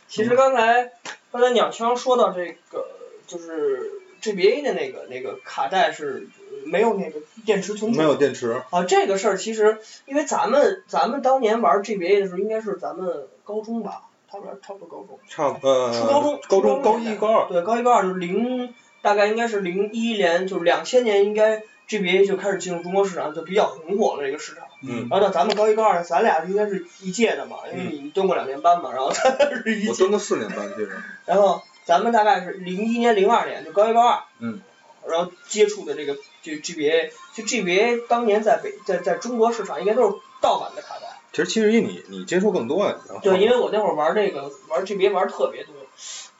Speaker 4: 其实刚才刚才鸟枪说到这个，就是 GBA 的那个那个卡带是没有那个电池存储，
Speaker 2: 没有电池，
Speaker 4: 啊，这个事儿其实，因为咱们咱们当年玩 GBA 的时候，应该是咱们高中吧，差不多差不多高中，
Speaker 2: 差不呃
Speaker 4: 初高中
Speaker 2: 高
Speaker 4: 初
Speaker 2: 中
Speaker 4: 高
Speaker 2: 高
Speaker 4: 中
Speaker 2: 一高二，
Speaker 4: 对，高一高二就是零，大概应该是零一年，就是两千年应该 GBA 就开始进入中国市场，就比较红火了这个市场。
Speaker 2: 嗯，
Speaker 4: 然后到咱们高一高二，咱俩应该是一届的嘛，因为你蹲过两年班嘛，然后咱俩是一
Speaker 2: 我
Speaker 4: 届，
Speaker 2: 蹲了四年班，其实
Speaker 4: 然后咱们大概是零一年零二年就高一高二，
Speaker 2: 嗯，
Speaker 4: 然后接触的这个这个 GBA，就 GBA 当年在北在在中国市场应该都是盗版的卡带。
Speaker 2: 其实七十一你你接触更多呀，然后
Speaker 4: 对，因为我那会儿玩这个玩 GBA 玩特别多，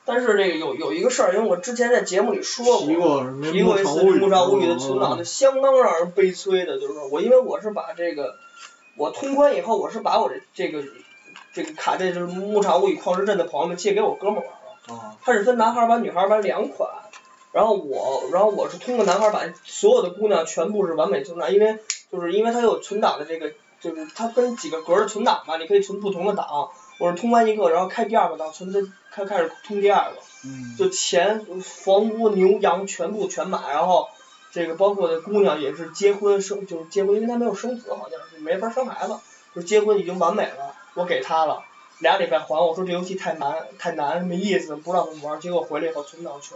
Speaker 4: 但是这个有有一个事儿，因为我之前在节目里说
Speaker 3: 提
Speaker 4: 过，
Speaker 3: 过什么
Speaker 4: 提过一次《
Speaker 3: 巢
Speaker 4: 木巢物语》的存
Speaker 3: 啊
Speaker 4: 档，就相当让人悲催的，就是我因为我是把这个我通关以后，我是把我这这个这个卡带就是《牧场物语》矿石镇的朋友们借给我哥们儿玩了，
Speaker 3: 啊，
Speaker 4: 它是分男孩版、女孩版两款。然后我，然后我是通过男孩版，所有的姑娘全部是完美存档，因为就是因为它有存档的这个，就是它分几个格儿存档嘛，你可以存不同的档。我是通关一个，然后开第二个档，存的开开始通第二个，
Speaker 3: 嗯，
Speaker 4: 就钱、房屋、牛羊全部全买，然后这个包括这姑娘也是结婚生，就是结婚，因为她没有生子，好像是没法生孩子，就是结婚已经完美了，我给她了，俩礼拜还我，我说这游戏太难太难，没意思，不让我玩，结果回来以后存档全，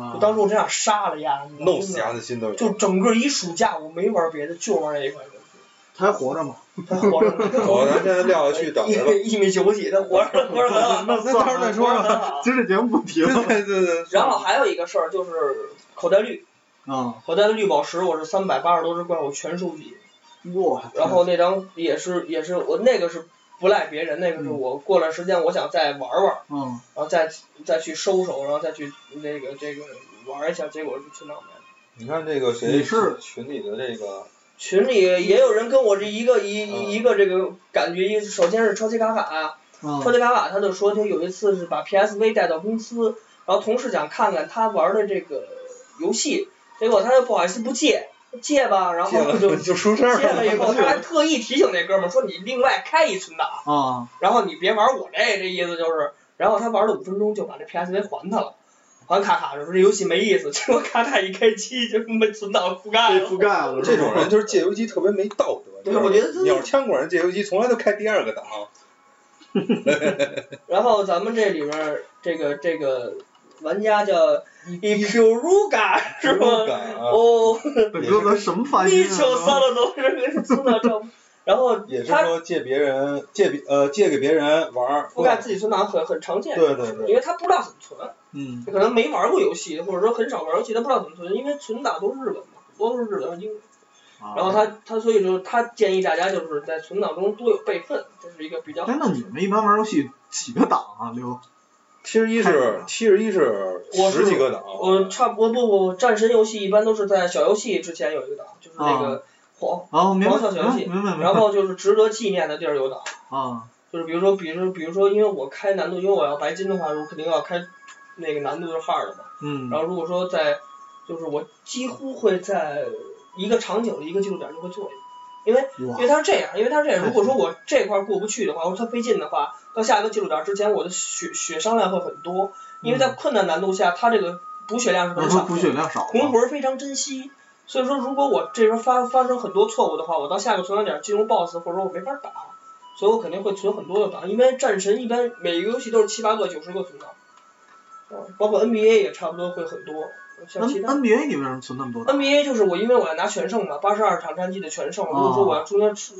Speaker 3: 啊
Speaker 4: 我当时我真想杀了丫，你知道吗
Speaker 2: 弄死丫的心都有。
Speaker 4: 就整个一暑假我没玩别的，就玩这一款游戏。
Speaker 3: 他还活着吗？他活着呢。
Speaker 2: 好，咱现在撂下去等着吧。
Speaker 4: [LAUGHS] 一一米九几，他活着活着很好，
Speaker 3: 那
Speaker 4: 活
Speaker 3: 算
Speaker 4: 着
Speaker 3: 了
Speaker 4: 很好。
Speaker 3: 今儿这节目不提
Speaker 2: 对
Speaker 3: 了。
Speaker 2: 对对对。
Speaker 4: [LAUGHS] 然后还有一个事儿就是口袋绿，
Speaker 3: [LAUGHS] 啊，
Speaker 4: 口袋绿宝石我是三百八十多只怪物全收集，
Speaker 3: 哇！
Speaker 4: 然后那张也是也是我那个是不赖别人，那个是我过段时间我想再玩玩，
Speaker 3: 嗯，
Speaker 4: 然后再再去收手，然后再去那个这个玩一下，结果是存档没了。
Speaker 2: 你看这个谁
Speaker 3: 你是
Speaker 2: 群里的这个
Speaker 4: 群里也有人跟我这一个
Speaker 2: 嗯
Speaker 4: 一一个这个感觉，一首先是超级卡卡、
Speaker 3: 嗯
Speaker 4: 超级卡卡他就说他有一次是把 PSV 带到公司，然后同事想看看他玩的这个游戏，结果他又不好意思不借，借吧，然后
Speaker 2: 借了
Speaker 4: 就
Speaker 2: 啊就出事儿
Speaker 4: 借了
Speaker 2: 了，
Speaker 4: 以后，他还特意提醒那哥们儿说你另外开一存档，
Speaker 3: 啊，
Speaker 4: 然后你别玩我这，这意思就是，然后他玩了五分钟就把这 PSV 还他了。还卡卡就说这游戏没意思， [LAUGHS] 结果卡卡一开机就没存档覆盖
Speaker 3: 被
Speaker 4: 了。
Speaker 3: 覆盖了。
Speaker 2: [LAUGHS] 这种人就是借油机特别没道德。
Speaker 4: 对我觉得这
Speaker 2: 鸟枪管人借油机从来都开第二个档。
Speaker 4: 然后咱们这里边儿这个这个玩家叫 EQ Ruga 是吗？
Speaker 2: 吧？
Speaker 4: 哦，
Speaker 3: 本哥咱什么发音
Speaker 4: 你球
Speaker 3: 啊？
Speaker 4: 三了都是送到这，然后
Speaker 2: 也是
Speaker 4: 他
Speaker 2: 说借别人借别呃借给别人玩儿，
Speaker 4: 覆盖自己存档很很常见，
Speaker 2: 对对对，
Speaker 4: 因为他不知道怎么存，
Speaker 3: 嗯，
Speaker 4: 可能没玩过游戏，或者说很少玩游戏，他不知道怎么存，因为存档都是日文嘛，很多都是日文和英文。然后
Speaker 3: 他，
Speaker 4: 他他所以说他建议大家就是在存档中多有备份，这是一个比较好
Speaker 3: 哎，那你们一般玩游戏几个档啊，刘？
Speaker 2: 七十一是七十一是
Speaker 4: 我是
Speaker 2: 十几个啊档，
Speaker 4: 我嗯差不多不不，战神游戏一般都是在小游戏之前有一个档，就是那个黄，
Speaker 3: 哦，明白，
Speaker 4: 王笑小游戏
Speaker 3: 明白，明白，明
Speaker 4: 然
Speaker 3: 白。
Speaker 4: 后就是值得纪念的地儿有档，
Speaker 3: 啊，
Speaker 4: 就是比如说，比如说，比如说，因为我开难度，因为我要白金的话，我肯定要开那个难度就是 hard 的嘛。
Speaker 3: 嗯
Speaker 4: 然，后如果说在，就是我几乎会在一个场景的一个技术点就会做一个，
Speaker 3: 哇
Speaker 4: 因为，它是这样，因为它是这样。
Speaker 3: 太
Speaker 4: 如果说我这块儿过不去的话，或者它费劲的话，到下一个技术点之前，我的血血伤量会很多，因为在困难难度下，它这个补血量是
Speaker 3: 那
Speaker 4: 很
Speaker 3: 说
Speaker 4: 少
Speaker 3: 嗯补
Speaker 4: 的，
Speaker 3: 血量少啊
Speaker 4: 红
Speaker 3: 了。
Speaker 4: 魂非常珍惜。所以说，如果我这边发发生很多错误的话，我到下个存档点进入 BOSS，或者说我没法打，所以我肯定会存很多的档，因为战神一般每一个游戏都是七八个、九十个存档，嗯包括 NBA 也差不多会很多，像其
Speaker 3: N
Speaker 4: 他
Speaker 3: NBA 你为什么存那么多档？
Speaker 4: NBA 就是我因为我要拿全胜嘛，八十二场战绩的全胜，如果说我要中间出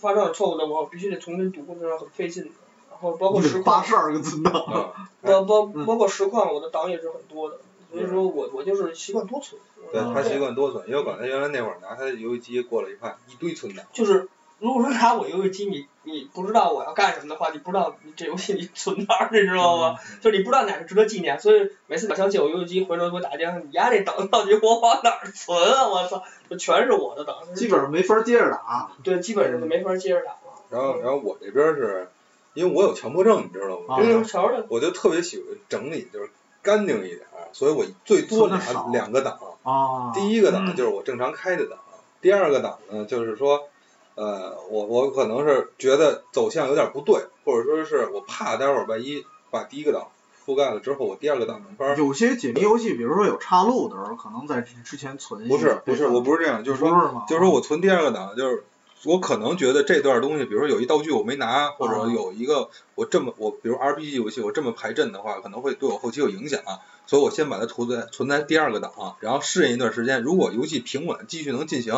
Speaker 4: 发生点错误的，我必须得重新读，这是很费劲的。然后包括实
Speaker 3: 八
Speaker 4: 况，
Speaker 3: 十二个存档。
Speaker 2: 嗯
Speaker 4: 包包
Speaker 3: 嗯
Speaker 4: 包括实况，我的档也是很多的，所以说我我就是习惯多存。
Speaker 2: 对
Speaker 4: 嗯
Speaker 2: 他习惯多存，因为我感觉原来那会儿拿他的游戏机过来一看，一堆存档，
Speaker 4: 就是如果说拿我游戏机，你你不知道我要干什么的话，你不知道你这游戏你存哪儿，你知
Speaker 3: 嗯
Speaker 4: 道吗？就是你不知道哪个值得纪念，所以每次小强借我游戏机，回头给我打电话，你丫这档到底我往哪儿存啊？我操，就全是我的档，
Speaker 3: 基本上没法接着打。
Speaker 4: 对，基本上就没法接着打了。
Speaker 2: 然后然后我这边是，因为我有强迫症，你知道吗？
Speaker 3: 啊
Speaker 4: 嗯，瞧着。
Speaker 2: 我就特别喜欢整理，就是干净一点儿，所以我最多
Speaker 3: 存得少
Speaker 2: 拿两个档，
Speaker 3: 啊，
Speaker 2: 第一个档就是我正常开的档，第二个档呢就是说，呃，我我可能是觉得走向有点不对，或者说是我怕待会儿万一把第一个档覆盖了之后，我第二个档没法儿。
Speaker 3: 有些解谜游戏，比如说有岔路的时候，可能在之前存一
Speaker 2: 不是
Speaker 3: 个
Speaker 2: 不是，我不是这样，就是说
Speaker 3: 不是吗
Speaker 2: 就是说我存第二个档，就是我可能觉得这段东西，比如说有一道具我没拿，或者
Speaker 4: 啊
Speaker 2: 有一个我这么我比如 RPG 游戏我这么排阵的话，可能会对我后期有影响，所以我先把它存在存在第二个档，啊然后适应一段时间，如果游戏平稳继续能进行，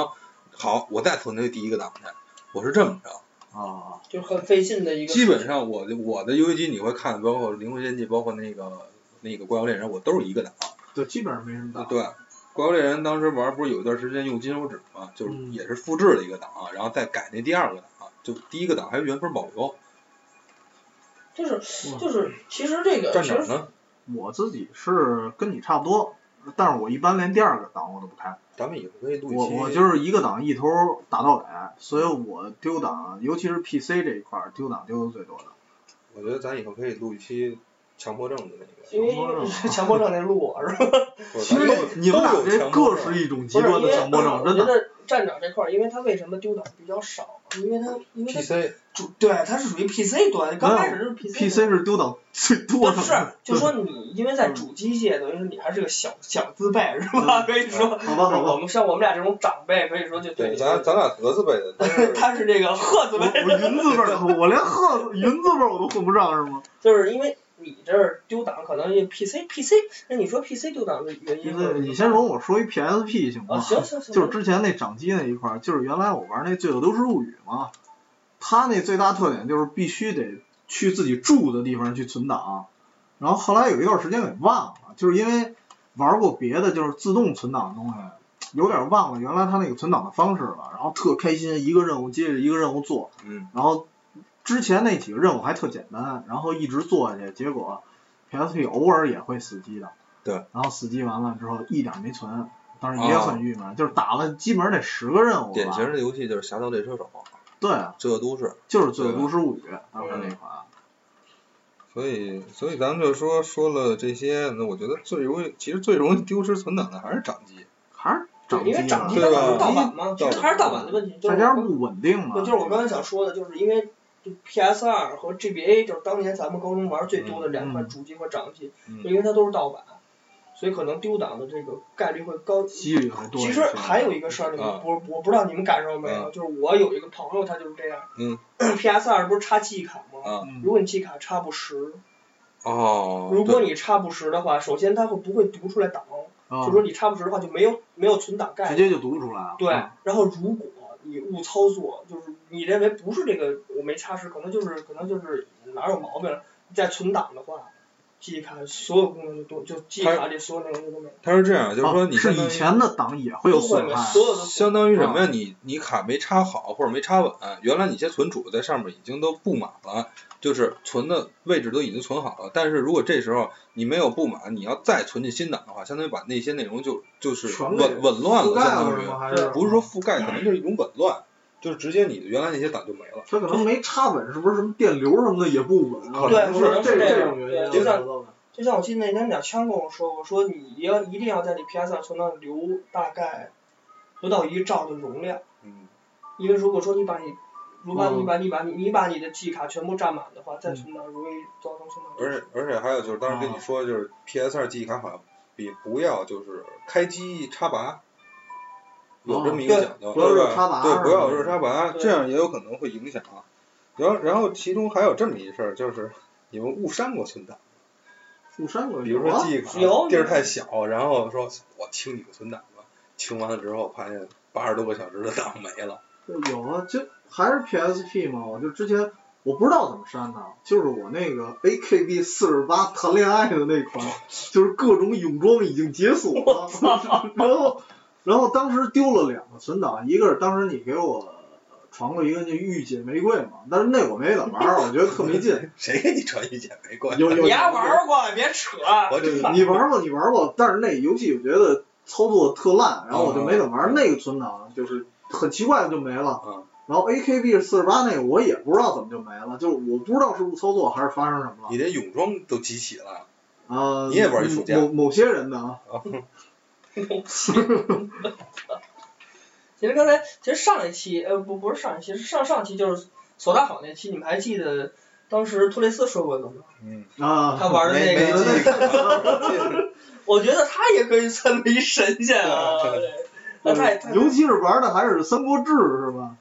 Speaker 2: 好，我再存那第一个档去。我是这么着，
Speaker 3: 啊，
Speaker 4: 就是很费劲的一个。
Speaker 2: 基本上我的我的游戏机你会看，包括《灵魂仙境》，包括那个那个《怪物猎人》，我都是一个档。啊
Speaker 3: 对，基本上没什么打。
Speaker 2: 对，怪物猎人当时玩不是有一段时间用金手指嘛，就是
Speaker 3: 嗯
Speaker 2: 也是复制了一个档，啊然后再改那第二个档，啊就第一个档还原封保留。
Speaker 4: 就是就是，其实这个
Speaker 2: 站
Speaker 4: 其
Speaker 2: 哪儿
Speaker 4: 实
Speaker 2: 呢？
Speaker 3: 我自己是跟你差不多，但是我一般连第二个档我都不开，
Speaker 2: 咱们以后可以录一
Speaker 3: 我
Speaker 2: 期。
Speaker 3: 我就是一个档一头打到尾，所以我丢档，尤其是 PC 这一块儿丢档丢的最多的。
Speaker 2: 我觉得咱以后可以录一期强迫症的那个，
Speaker 4: 因为因为 [LAUGHS] 强迫症那路我是吧？
Speaker 2: 或者
Speaker 3: 其
Speaker 2: 咱
Speaker 3: 实
Speaker 2: 都
Speaker 3: 你们俩
Speaker 2: 都有
Speaker 3: 这
Speaker 2: 强
Speaker 3: 各
Speaker 2: 迫
Speaker 3: 是
Speaker 2: 症。
Speaker 3: 一种
Speaker 4: 啊不
Speaker 3: 极
Speaker 4: 是
Speaker 3: 端
Speaker 4: 因
Speaker 3: 的
Speaker 4: 为
Speaker 3: 强迫症，
Speaker 4: 我
Speaker 3: 真
Speaker 4: 觉
Speaker 3: 的。
Speaker 4: 得站长这块儿，因为他为什么丢档比较少？因为他因为他
Speaker 2: PC
Speaker 4: 主对他是属于 PC 端，刚开始是 PC
Speaker 3: PC
Speaker 4: 端
Speaker 3: 是丢档最多
Speaker 4: 不
Speaker 3: 的。
Speaker 4: 是，
Speaker 3: [LAUGHS]
Speaker 4: 就说你因为在
Speaker 3: 嗯
Speaker 4: 主机界，等于是你还是个小小资辈是吧？可以说，
Speaker 3: 好吧，好
Speaker 4: [LAUGHS] 我
Speaker 3: 吧，
Speaker 4: 们像我们俩这种长辈，可以说就
Speaker 2: 对，
Speaker 4: 你
Speaker 2: 咱咱俩得字辈的，但是
Speaker 4: 他是这个鹤
Speaker 3: 我
Speaker 4: 字
Speaker 3: 我
Speaker 4: 辈，
Speaker 3: 云字辈儿都，我连鹤字云字辈儿我都混不上是吗？
Speaker 4: 就是因为你这儿丢档，可能也 PC PC，那你说 PC 丢档的原因
Speaker 3: 因
Speaker 4: 会是
Speaker 3: 为你先容我说一 PSP 行吗？
Speaker 4: 啊，行行行，
Speaker 3: 就是之前那掌机那一块儿，就是原来我玩那《罪恶都市物语》嘛，它那最大特点就是必须得去自己住的地方去存档，然后后来有一段时间给忘了，就是因为玩过别的就是自动存档的东西，有点忘了原来它那个存档的方式了，然后特开心，一个任务接着一个任务做，
Speaker 2: 嗯，
Speaker 3: 然后之前那几个任务还特简单，然后一直做下去，结果 PSP 偶尔也会死机的。
Speaker 2: 对。哦
Speaker 3: 然后死机完了之后一点没存，当时也很郁闷，就是打了基本上得十个任务吧。
Speaker 5: 典型的游戏就是《侠盗猎车手》《
Speaker 3: 对，
Speaker 5: 罪恶都市》，
Speaker 3: 就是《罪恶都市物语》当时那款。
Speaker 2: 所以所以咱们就说说了这些，那我觉得最容易，其实最容易丢失存档的还是掌机，
Speaker 3: 还是
Speaker 4: 对，
Speaker 3: 掌
Speaker 4: 因为掌
Speaker 3: 嘛
Speaker 4: 机
Speaker 2: 对
Speaker 4: 它
Speaker 2: 吧
Speaker 4: 本身盗
Speaker 2: 因为
Speaker 4: 版嘛，其实
Speaker 2: 盗
Speaker 4: 还是盗
Speaker 3: 版
Speaker 4: 版的问题。就
Speaker 3: 再
Speaker 4: 是
Speaker 3: 加
Speaker 4: 我
Speaker 3: 上
Speaker 4: 刚
Speaker 3: 不稳定嘛。
Speaker 4: 对，就是我刚才想说的，就是因为 PS 二和 GBA 就是当年咱们高中玩最多的两款
Speaker 3: 嗯
Speaker 4: 主机和掌机，
Speaker 2: 嗯
Speaker 4: 因为它都是盗版，所以可能丢档的这个概率会高。
Speaker 3: 几率还多一
Speaker 4: 其
Speaker 3: 些。
Speaker 4: 实还有一个事儿，你们
Speaker 2: 啊
Speaker 4: 不我不知道你们感受没有，就是我有一个朋友，他就是这样。 [COUGHS]
Speaker 2: 嗯
Speaker 4: PS 二不是插记忆卡吗？
Speaker 2: 啊，
Speaker 3: 嗯
Speaker 4: 如果你记忆卡插不实，
Speaker 2: 哦，
Speaker 4: 如果你插不实的话，首先它会不会读出来档？
Speaker 3: 嗯
Speaker 4: 就说你插不实的话就没有没有存档概
Speaker 3: 直
Speaker 4: 念。
Speaker 3: 接就读出来了。
Speaker 4: 对
Speaker 3: 嗯，
Speaker 4: 然后如果你误操作，就是你认为不是这个我没插实，可能就是可能就是哪儿有毛病了，再存档的话，记忆卡所有功能就都就记忆卡里所有内容就都没了。
Speaker 2: 他是这样，就是说你
Speaker 3: 啊
Speaker 2: 相
Speaker 3: 是
Speaker 2: 当于
Speaker 3: 以前的档也会有
Speaker 4: 都会
Speaker 3: 损
Speaker 4: 没
Speaker 3: 害。
Speaker 4: 所有的
Speaker 2: 相当于什
Speaker 3: 啊
Speaker 2: 么呀？你你卡没插好或者没插稳，原来你些存储在上面已经都布满了，就是存的位置都已经存好了。但是如果这时候你没有布满，你要再存进新档的话，相当于把那些内容就就是
Speaker 3: 全给
Speaker 2: 紊紊乱
Speaker 3: 覆
Speaker 2: 了，
Speaker 3: 盖
Speaker 2: 相
Speaker 3: 了
Speaker 2: 当
Speaker 3: 是吗？
Speaker 2: 于
Speaker 3: 嗯还是
Speaker 2: 不是说覆盖，可能就是一种紊乱，就是直接你的原来那些档就没了。
Speaker 3: 它可能没插稳，是不是什么电流什么的也不稳
Speaker 2: 可
Speaker 3: 啊？
Speaker 2: 能
Speaker 4: 是
Speaker 3: 是这
Speaker 4: 对
Speaker 3: 这种原因。啊
Speaker 4: 对就像
Speaker 3: 我觉得
Speaker 4: 就像我记得那天鸟枪跟我说过，说你要一定要在你 PS 2存档留大概不到一兆的容量，
Speaker 2: 嗯，
Speaker 4: 因为如果说你把你如果
Speaker 3: 嗯
Speaker 4: 你把你把你你把你的记忆卡全部占满的话，再存档容易造成存档流
Speaker 2: 而
Speaker 4: 失。
Speaker 2: 且而且还有就是当时跟你说，就是 PS 二记忆卡好像比不要就是开机插拔。有这么一个讲究，
Speaker 3: 不要
Speaker 2: 对吧
Speaker 3: 热插拔
Speaker 2: 对，不要
Speaker 3: 是吧
Speaker 2: 热插拔，
Speaker 4: 对
Speaker 2: 这样也有可能会影响。啊然后，然后其中还有这么一事儿，就是你们误删过存档，
Speaker 3: 富山过去
Speaker 2: 比如说
Speaker 3: 啊
Speaker 2: 记忆卡
Speaker 4: 有
Speaker 2: 地儿太小，然后说我清你个存档吧，清完了之后发现八十多个小时的档没了，
Speaker 3: 有啊，就还是 PSP 嘛，我就之前我不知道怎么删的，就是我那个 AKB 四十八谈恋爱的那款，就是各种泳装已经解锁了，然后然后当时丢了两个存档，一个是当时你给我呃传过一个那御姐玫瑰嘛，但是那我没怎么玩儿，我觉得特没劲。
Speaker 2: 谁给你传一剪没关系？
Speaker 3: 有有
Speaker 4: 你丫玩儿过，别扯。
Speaker 2: 我
Speaker 3: 对
Speaker 2: 真的
Speaker 3: 你玩过，你玩过，但是那游戏我觉得操作特烂，然后我就没怎么玩。
Speaker 2: 嗯
Speaker 3: 那个存档就是很奇怪的就没了。
Speaker 2: 嗯
Speaker 3: 然后 AKB 四十八那个我也不知道怎么就没了，就是我不知道是误操作还是发生什么了。
Speaker 2: 你连泳装都集齐了，
Speaker 3: 啊、
Speaker 2: 你也玩一暑假
Speaker 3: 某某些人的啊，
Speaker 4: 其实刚才其实上一期呃不不是上一期是上上期就是索大访那期，你们还记得当时托雷斯说过的吗？
Speaker 2: 嗯，
Speaker 3: 啊，
Speaker 4: 他玩的那
Speaker 2: 没没
Speaker 4: 个，
Speaker 2: 记忆卡， [LAUGHS]
Speaker 4: 我觉得他也可以算为神仙啊。
Speaker 2: 对
Speaker 4: 对那
Speaker 2: 嗯
Speaker 4: 他也他
Speaker 3: 呃尤其是玩的还是三国志是吧？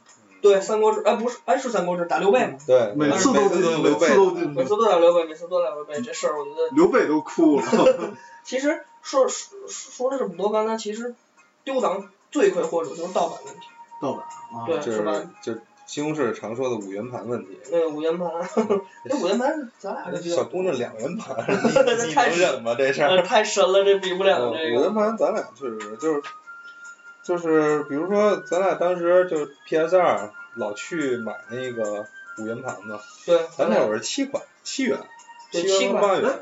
Speaker 4: 对《三国志》哎不是哎是《三国志》打刘备嘛，
Speaker 2: 对，
Speaker 3: 每次
Speaker 2: 每
Speaker 3: 都
Speaker 2: 次
Speaker 3: 进，每
Speaker 2: 刘备
Speaker 3: 次都进
Speaker 4: 每次都打刘备，每次都打刘备这事儿，我觉得
Speaker 3: 刘备都哭了。
Speaker 4: 其实说说说了这么多，刚才其实丢档罪魁祸首就是盗版问题，
Speaker 3: 盗版啊，
Speaker 4: 对
Speaker 2: 就是
Speaker 4: 吧？
Speaker 2: 就是西红柿常说的五元盘问题，
Speaker 4: 那五元盘， [LAUGHS] 那五元盘咱俩就比较
Speaker 2: 小姑娘两元
Speaker 3: [LAUGHS]
Speaker 2: 盘，你你能忍吗这事儿？
Speaker 4: 呃太神了，这比不了
Speaker 2: 呃
Speaker 4: 这
Speaker 2: 五元
Speaker 4: 个。
Speaker 2: 盘咱俩确实就是就是，比如说咱俩当时就是 PS 二老去买那个五元盘嘛，
Speaker 4: 对，
Speaker 2: 咱那会儿是七块七元，
Speaker 4: 对
Speaker 2: 元
Speaker 4: 七
Speaker 2: 和
Speaker 4: 块
Speaker 2: 八元
Speaker 3: 哎，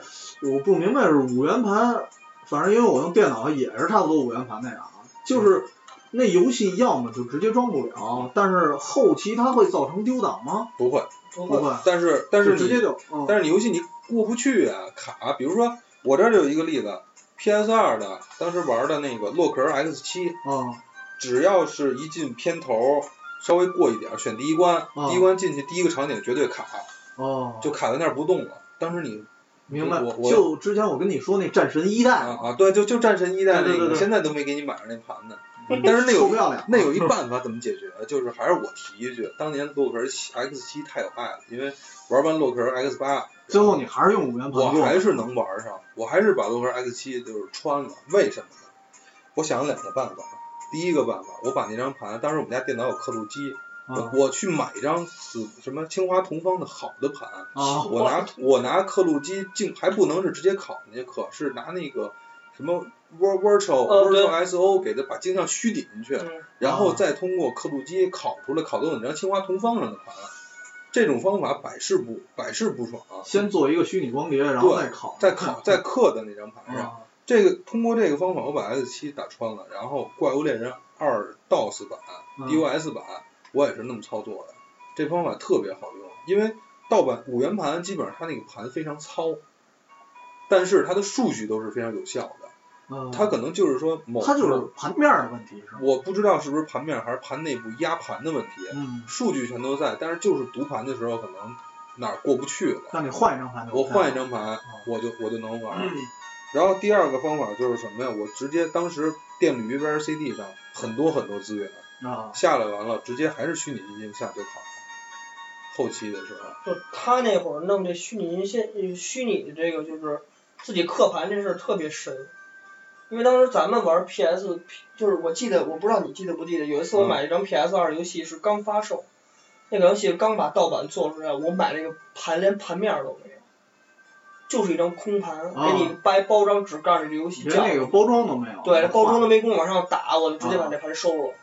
Speaker 3: 我不明白是五元盘，反正因为我用电脑也是差不多五元盘那样啊，就是那游戏要么就直接装不了，但是后期它会造成丢档吗？
Speaker 2: 不会，
Speaker 4: 不
Speaker 3: 不
Speaker 4: 过
Speaker 3: 会，
Speaker 2: 但是但是
Speaker 3: 就直接
Speaker 2: 你
Speaker 3: 就，嗯，
Speaker 2: 但是你游戏你过不去啊卡，比如说我这儿就有一个例子，PS 二的当时玩的那个洛克 X 七，
Speaker 3: 嗯
Speaker 2: 只要是一进片头，稍微过一点儿，选第一关，
Speaker 3: 嗯
Speaker 2: 第一关进去第一个场景绝对卡，
Speaker 3: 哦，
Speaker 2: 就卡在那儿不动了。当时你
Speaker 3: 明白
Speaker 2: 我。我
Speaker 3: 就之前我跟你说那战神一
Speaker 2: 啊
Speaker 3: 代，
Speaker 2: 啊，对，就就战神一代那
Speaker 3: 对对
Speaker 2: 个，
Speaker 3: 对对
Speaker 2: 现在都没给你买上那盘呢。但是那
Speaker 3: 受
Speaker 2: 有
Speaker 3: 不了了，
Speaker 2: 那有一办法怎么解决，就是还是我提一句，当年洛克 X 七太有爱了，因为玩完洛克 X 八，
Speaker 3: 最后你还是用五元盘
Speaker 2: 我
Speaker 3: 做，
Speaker 2: 还是能玩上，我还是把洛克 X 七就是穿了，为什么呢？我想了两个办法，第一个办法，我把那张盘，当时我们家电脑有刻录机，我
Speaker 3: 嗯
Speaker 1: 啊
Speaker 2: 我去买一张紫什么清华同方的好的盘，
Speaker 3: 哦
Speaker 1: 啊
Speaker 2: 我拿我拿刻录机进还不能是直接拷进去刻，是拿那个什么 vir- virtual
Speaker 1: 呃对
Speaker 2: virtual SO 给它把镜像虚拟进去，
Speaker 1: 嗯
Speaker 2: 然后再通过刻录机拷出来，拷到你张清华同方上的盘。这种方法百试不百试不爽，
Speaker 3: 先做一个虚拟光碟，然后再拷，
Speaker 2: 再拷再刻的那张盘上。
Speaker 3: 啊，
Speaker 2: 这个通过这个方法，我把 S 七打穿了，然后《怪物猎人二》DOS 版、
Speaker 3: 嗯
Speaker 2: DOS 版，我也是那么操作的。这方法特别好用，因为盗版五元盘基本上它那个盘非常糙，但是它的数据都是非常有效的。
Speaker 3: 嗯
Speaker 2: 它可能就是说某
Speaker 3: 它就是盘面儿的问题是吧？
Speaker 2: 我不知道是不是盘面还是盘内部压盘的问题，
Speaker 3: 嗯，
Speaker 2: 数据全都在，但是就是读盘的时候可能哪儿过不去了。
Speaker 3: 让你换一张盘就
Speaker 2: 我
Speaker 3: OK
Speaker 2: 换一张盘
Speaker 4: 啊
Speaker 3: 嗯，
Speaker 2: 我就我就能玩。
Speaker 1: 嗯
Speaker 2: 然后第二个方法就是什么呀？我直接当时店里 VRCD 上很多很多资源
Speaker 3: 啊，
Speaker 2: 下来完了，直接还是虚拟音频下就拷。后期的时候，
Speaker 4: 就他那会儿弄这虚拟音线、呃虚拟的这个就是自己刻盘这事儿特别深，因为当时咱们玩 PS，就是我记得我不知道你记得不记得，有一次我买一张 PS 二游戏是刚发售，那个游戏刚把盗版做出来，我买那个盘连盘面儿都没有，就是一张空盘，
Speaker 3: 啊
Speaker 4: 给你掰包装纸盖着这游戏
Speaker 3: 连
Speaker 4: 架
Speaker 3: 那
Speaker 4: 子。
Speaker 3: 个包装都没有，
Speaker 4: 对，包装
Speaker 3: 都
Speaker 4: 都没工夫往上打，我就直接
Speaker 2: 啊
Speaker 4: 把那盘收了。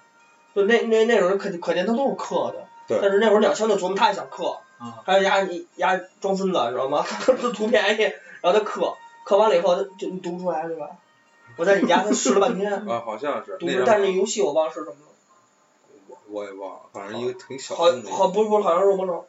Speaker 4: 就那那那种人可可见他都是刻的，
Speaker 2: 对
Speaker 4: 但是那会儿两枪就琢磨他也想刻，
Speaker 3: 啊
Speaker 4: 还有压压装孙子，你知道吗？ [LAUGHS] 他图便宜，然后他刻，刻完了以后他就你读不出来对吧？我在你家他试了半
Speaker 2: [LAUGHS]
Speaker 4: 天，
Speaker 2: 啊，好像是
Speaker 4: 读
Speaker 2: 那
Speaker 4: 不出，
Speaker 2: 张
Speaker 4: 但
Speaker 2: 盘
Speaker 4: 是那游戏我忘了是什么了，
Speaker 2: 我我也忘了，反正一个挺小
Speaker 4: 好
Speaker 2: 众的一个，
Speaker 4: 好不是不是好像是恶魔城，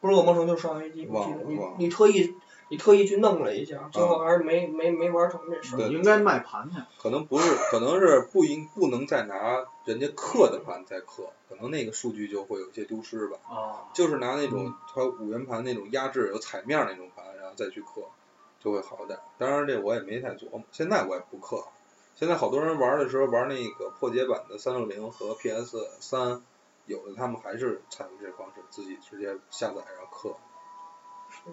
Speaker 4: 不是恶魔城就是上危机，我
Speaker 2: 忘
Speaker 4: 记
Speaker 2: 了
Speaker 4: 得你
Speaker 2: 忘了啊
Speaker 4: 你特意你特意去弄了一下，最后还是没没没玩成这事儿。
Speaker 2: 对
Speaker 3: 你嗯应该卖盘去，
Speaker 2: 可能不是，可能是不应不能再拿人家刻的盘再刻，可能那个数据就会有一些丢失吧。
Speaker 3: 啊，
Speaker 2: 就是拿那种它五元盘那种压制有彩面儿那种盘，然后再去刻，就会好点儿。当然这我也没太琢磨，现在我也不刻。现在好多人玩儿的时候玩那个破解版的三六零和 PS 三，有的他们还是采用这方式，自己直接下载然后刻，
Speaker 4: 嗯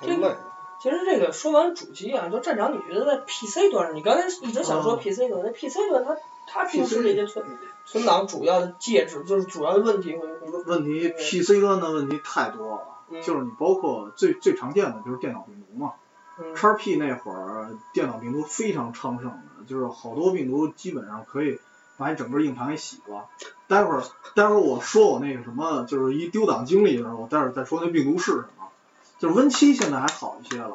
Speaker 2: 太累。
Speaker 4: 其实这个说完主机啊，就战场，你觉得在 PC 端上，你刚才一直想说
Speaker 3: 嗯
Speaker 4: PC 端，那 PC 端它它并不是这些存存档主要的介质，就是主要的问题会会
Speaker 3: 问题 PC 端的问题太多了，
Speaker 4: 嗯
Speaker 3: 就是你包括最最常见的就是电脑病毒嘛
Speaker 4: 嗯
Speaker 3: ，x P 那会儿电脑病毒非常昌盛的，就是好多病毒基本上可以把你整个硬盘给洗了。待会儿待会儿我说我那个什么，就是一丢档经历的时候，我待会儿再说那病毒是什么。就是 Win 7现在还好一些了，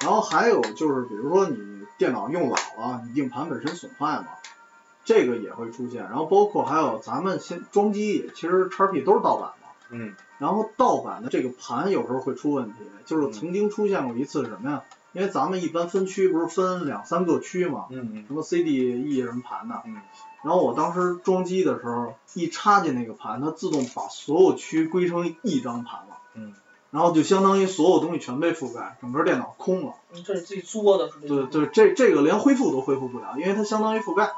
Speaker 3: 然后还有就是比如说你电脑用老了，你硬盘本身损坏嘛。这个也会出现，然后包括还有咱们现装机也，其实 x P 都是盗版的，
Speaker 2: 嗯，
Speaker 3: 然后盗版的这个盘有时候会出问题，就是曾经出现过一次什么呀？因为咱们一般分区不是分两三个区嘛，
Speaker 2: 嗯
Speaker 3: 什么 CD、E 什么盘的。
Speaker 2: 嗯
Speaker 3: 然后我当时装机的时候，一插进那个盘，它自动把所有区归成一张盘了，
Speaker 2: 嗯
Speaker 3: 然后就相当于所有东西全被覆盖，整个电脑空了。
Speaker 4: 嗯这是自己作的，是这
Speaker 3: 对
Speaker 4: 个。
Speaker 3: 对，这这个连恢复都恢复不了，因为它相当于覆盖。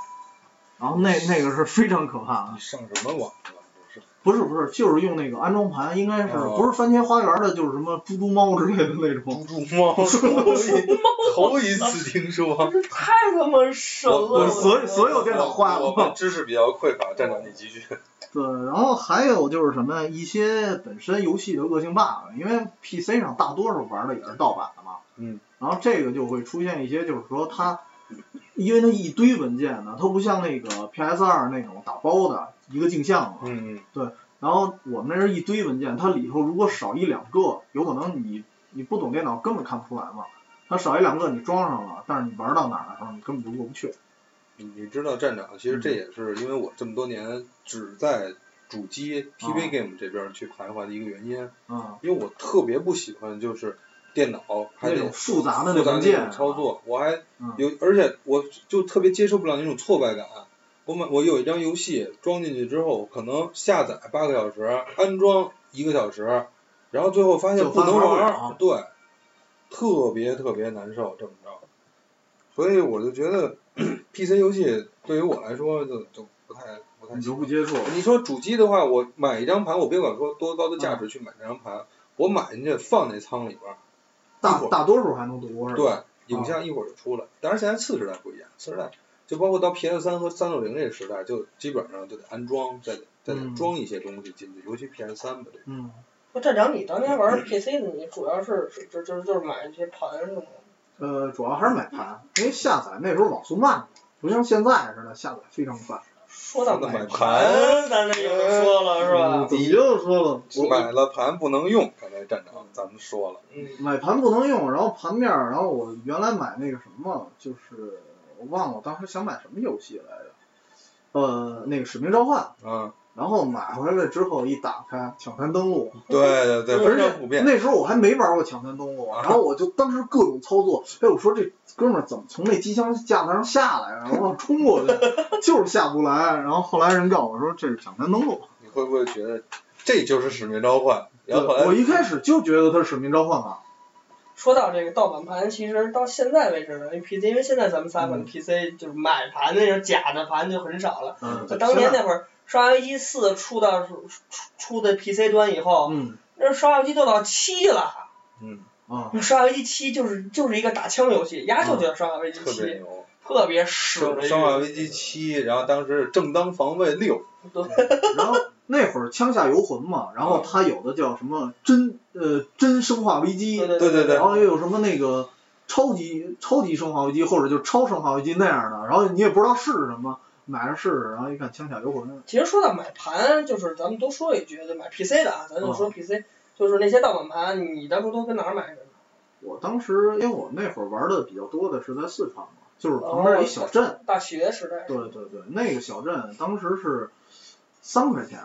Speaker 3: 然后那那个是非常可
Speaker 2: 嗯，
Speaker 3: 怕的
Speaker 2: 你，上什么网了？这是
Speaker 3: 不是不是，就是用那个安装盘，应该是
Speaker 2: 哦
Speaker 3: 不是番茄花园的，就是什么猪猪猫之类的那种。
Speaker 2: 猪猪猫，头一次听说。
Speaker 4: 这太他妈神
Speaker 2: [LAUGHS]
Speaker 4: 了！
Speaker 2: 我我
Speaker 3: 所以所有电脑坏
Speaker 2: 我
Speaker 3: 了
Speaker 2: 们知识比较匮乏，站长你继续。
Speaker 3: [LAUGHS] 对，然后还有就是什么一些本身游戏的恶性 bug，因为 PC 上大多数玩的也是盗版的嘛。
Speaker 2: 嗯。
Speaker 3: 然后这个就会出现一些，就是说它，因为它一堆文件呢，它不像那个 PS 2那种打包的一个镜像嘛。
Speaker 2: 嗯
Speaker 3: 然后我们那是一堆文件，它里头如果少一两个，有可能你你不懂电脑根本看不出来嘛。它少一两个你装上了，但是你玩到哪儿的时候你根本就过不去。
Speaker 2: 你你知道站长，其
Speaker 3: 嗯
Speaker 2: 实这也是因为我这么多年只在主
Speaker 3: 哦
Speaker 2: 机 PV game 这边去徘徊的一个原因，
Speaker 3: 嗯，
Speaker 2: 因为我特别不喜欢就是电脑还
Speaker 3: 那
Speaker 2: 得
Speaker 3: 种复杂的
Speaker 2: 复杂那
Speaker 3: 文件
Speaker 2: 种操。作，我还
Speaker 3: 嗯
Speaker 2: 有，而且我就特别接受不了那种挫败感。啊我买我有一张游戏装进去之后，可能下载八个小时，安装一个小时，然后最后发现
Speaker 3: 就
Speaker 2: 不
Speaker 3: 发
Speaker 2: 能
Speaker 3: 玩不
Speaker 2: 玩
Speaker 3: 了啊
Speaker 2: 儿，对，特别特别难受，这么着。所以我就觉得 [CLEARS THROAT] PC 游戏对于我来说就就不太不太行
Speaker 3: 你就。不接触，
Speaker 2: 你说主机的话，我买一张盘，我别管说多高的
Speaker 3: 嗯
Speaker 2: 价值去买这张盘，我买进去放那仓里边儿，一
Speaker 3: 大
Speaker 2: 会儿
Speaker 3: 大多数还能读是吧？
Speaker 4: 啊
Speaker 2: 对，影像一会儿就出来。当然现在次时代不一样，次时代就包括到 PS 三和三六零这个时代，就基本上就得安装，再得再得
Speaker 3: 嗯
Speaker 2: 装一些东西进去，尤其 PS 三吧，这个
Speaker 3: 嗯，
Speaker 4: 那站长，你当年玩 PC 的，你主要是是就就是就是买这些盘什么的。
Speaker 3: 呃，主要还是买盘，因为下载那时候网速慢，不像现在似的下载非常快。
Speaker 4: 说到
Speaker 2: 买
Speaker 4: 买
Speaker 2: 盘
Speaker 4: 盘，咱这就说了是吧？
Speaker 3: 你嗯就说了，我
Speaker 2: 买了盘不能用，刚才站长咱们说了，
Speaker 4: 嗯，
Speaker 3: 买盘不能用，然后盘面儿，然后我原来买那个什么，就是我忘了我当时想买什么游戏来着，呃，那个《使命召唤》，
Speaker 2: 嗯，
Speaker 3: 然后买回来之后一打开，抢滩登录，
Speaker 2: 啊对对对，非
Speaker 3: 而
Speaker 2: 常普
Speaker 3: 且
Speaker 2: 遍，
Speaker 3: 那时候我还没玩过抢滩登录，啊
Speaker 2: 啊
Speaker 3: 然后我就当时各种操作，哎，我说这哥们儿怎么从那机枪架子上
Speaker 2: [LAUGHS]
Speaker 3: 下来，然后冲过去，就是下不来，然后后来人告诉我说这是抢滩登录，
Speaker 2: 你会不会觉得这就是使命召唤？然后后
Speaker 3: 对我
Speaker 2: 来
Speaker 3: 一开始就觉得它是使命召唤啊嘛，
Speaker 4: 说到这个盗版盘，其实到现在为止呢因为，PC，因为现在咱们仨
Speaker 3: 嗯
Speaker 4: 玩 PC 就是买盘那种假的盘就很少了。
Speaker 3: 嗯，
Speaker 4: 就当年
Speaker 3: 现在
Speaker 4: 那会儿，刷油机四出到出出的 PC 端以后，
Speaker 3: 嗯
Speaker 4: 那刷油机都到七了。
Speaker 2: 嗯，
Speaker 3: 啊，
Speaker 4: 刷油机七就是就是一个打枪游戏，丫就觉得刷油机
Speaker 2: 特别
Speaker 3: 嗯
Speaker 4: 七
Speaker 2: 牛，
Speaker 4: 特别屎的
Speaker 2: 生
Speaker 4: 一个
Speaker 2: 生化危机七，然后当时是正当防卫六，
Speaker 3: [LAUGHS] 然后那会儿枪下游魂嘛，然后它有的叫什么真呃真生化危机，
Speaker 4: 对
Speaker 2: 对对
Speaker 4: 对
Speaker 2: 对
Speaker 3: 然后又有什么那个超级超级生化危机或者就超生化危机那样的，然后你也不知道是什么，买着试试，然后一看枪下游魂，
Speaker 4: 其实说到买盘，就是咱们多说一句，就买 PC 的啊，咱
Speaker 3: 嗯
Speaker 4: 就说 PC，、就是那些盗版盘，你当初都跟哪儿买的？
Speaker 3: 我当时因为我那会儿玩的比较多的是在四川嘛，就是旁边一小镇，
Speaker 4: 大学时代。
Speaker 3: 对对对，那个小镇当时是三块钱，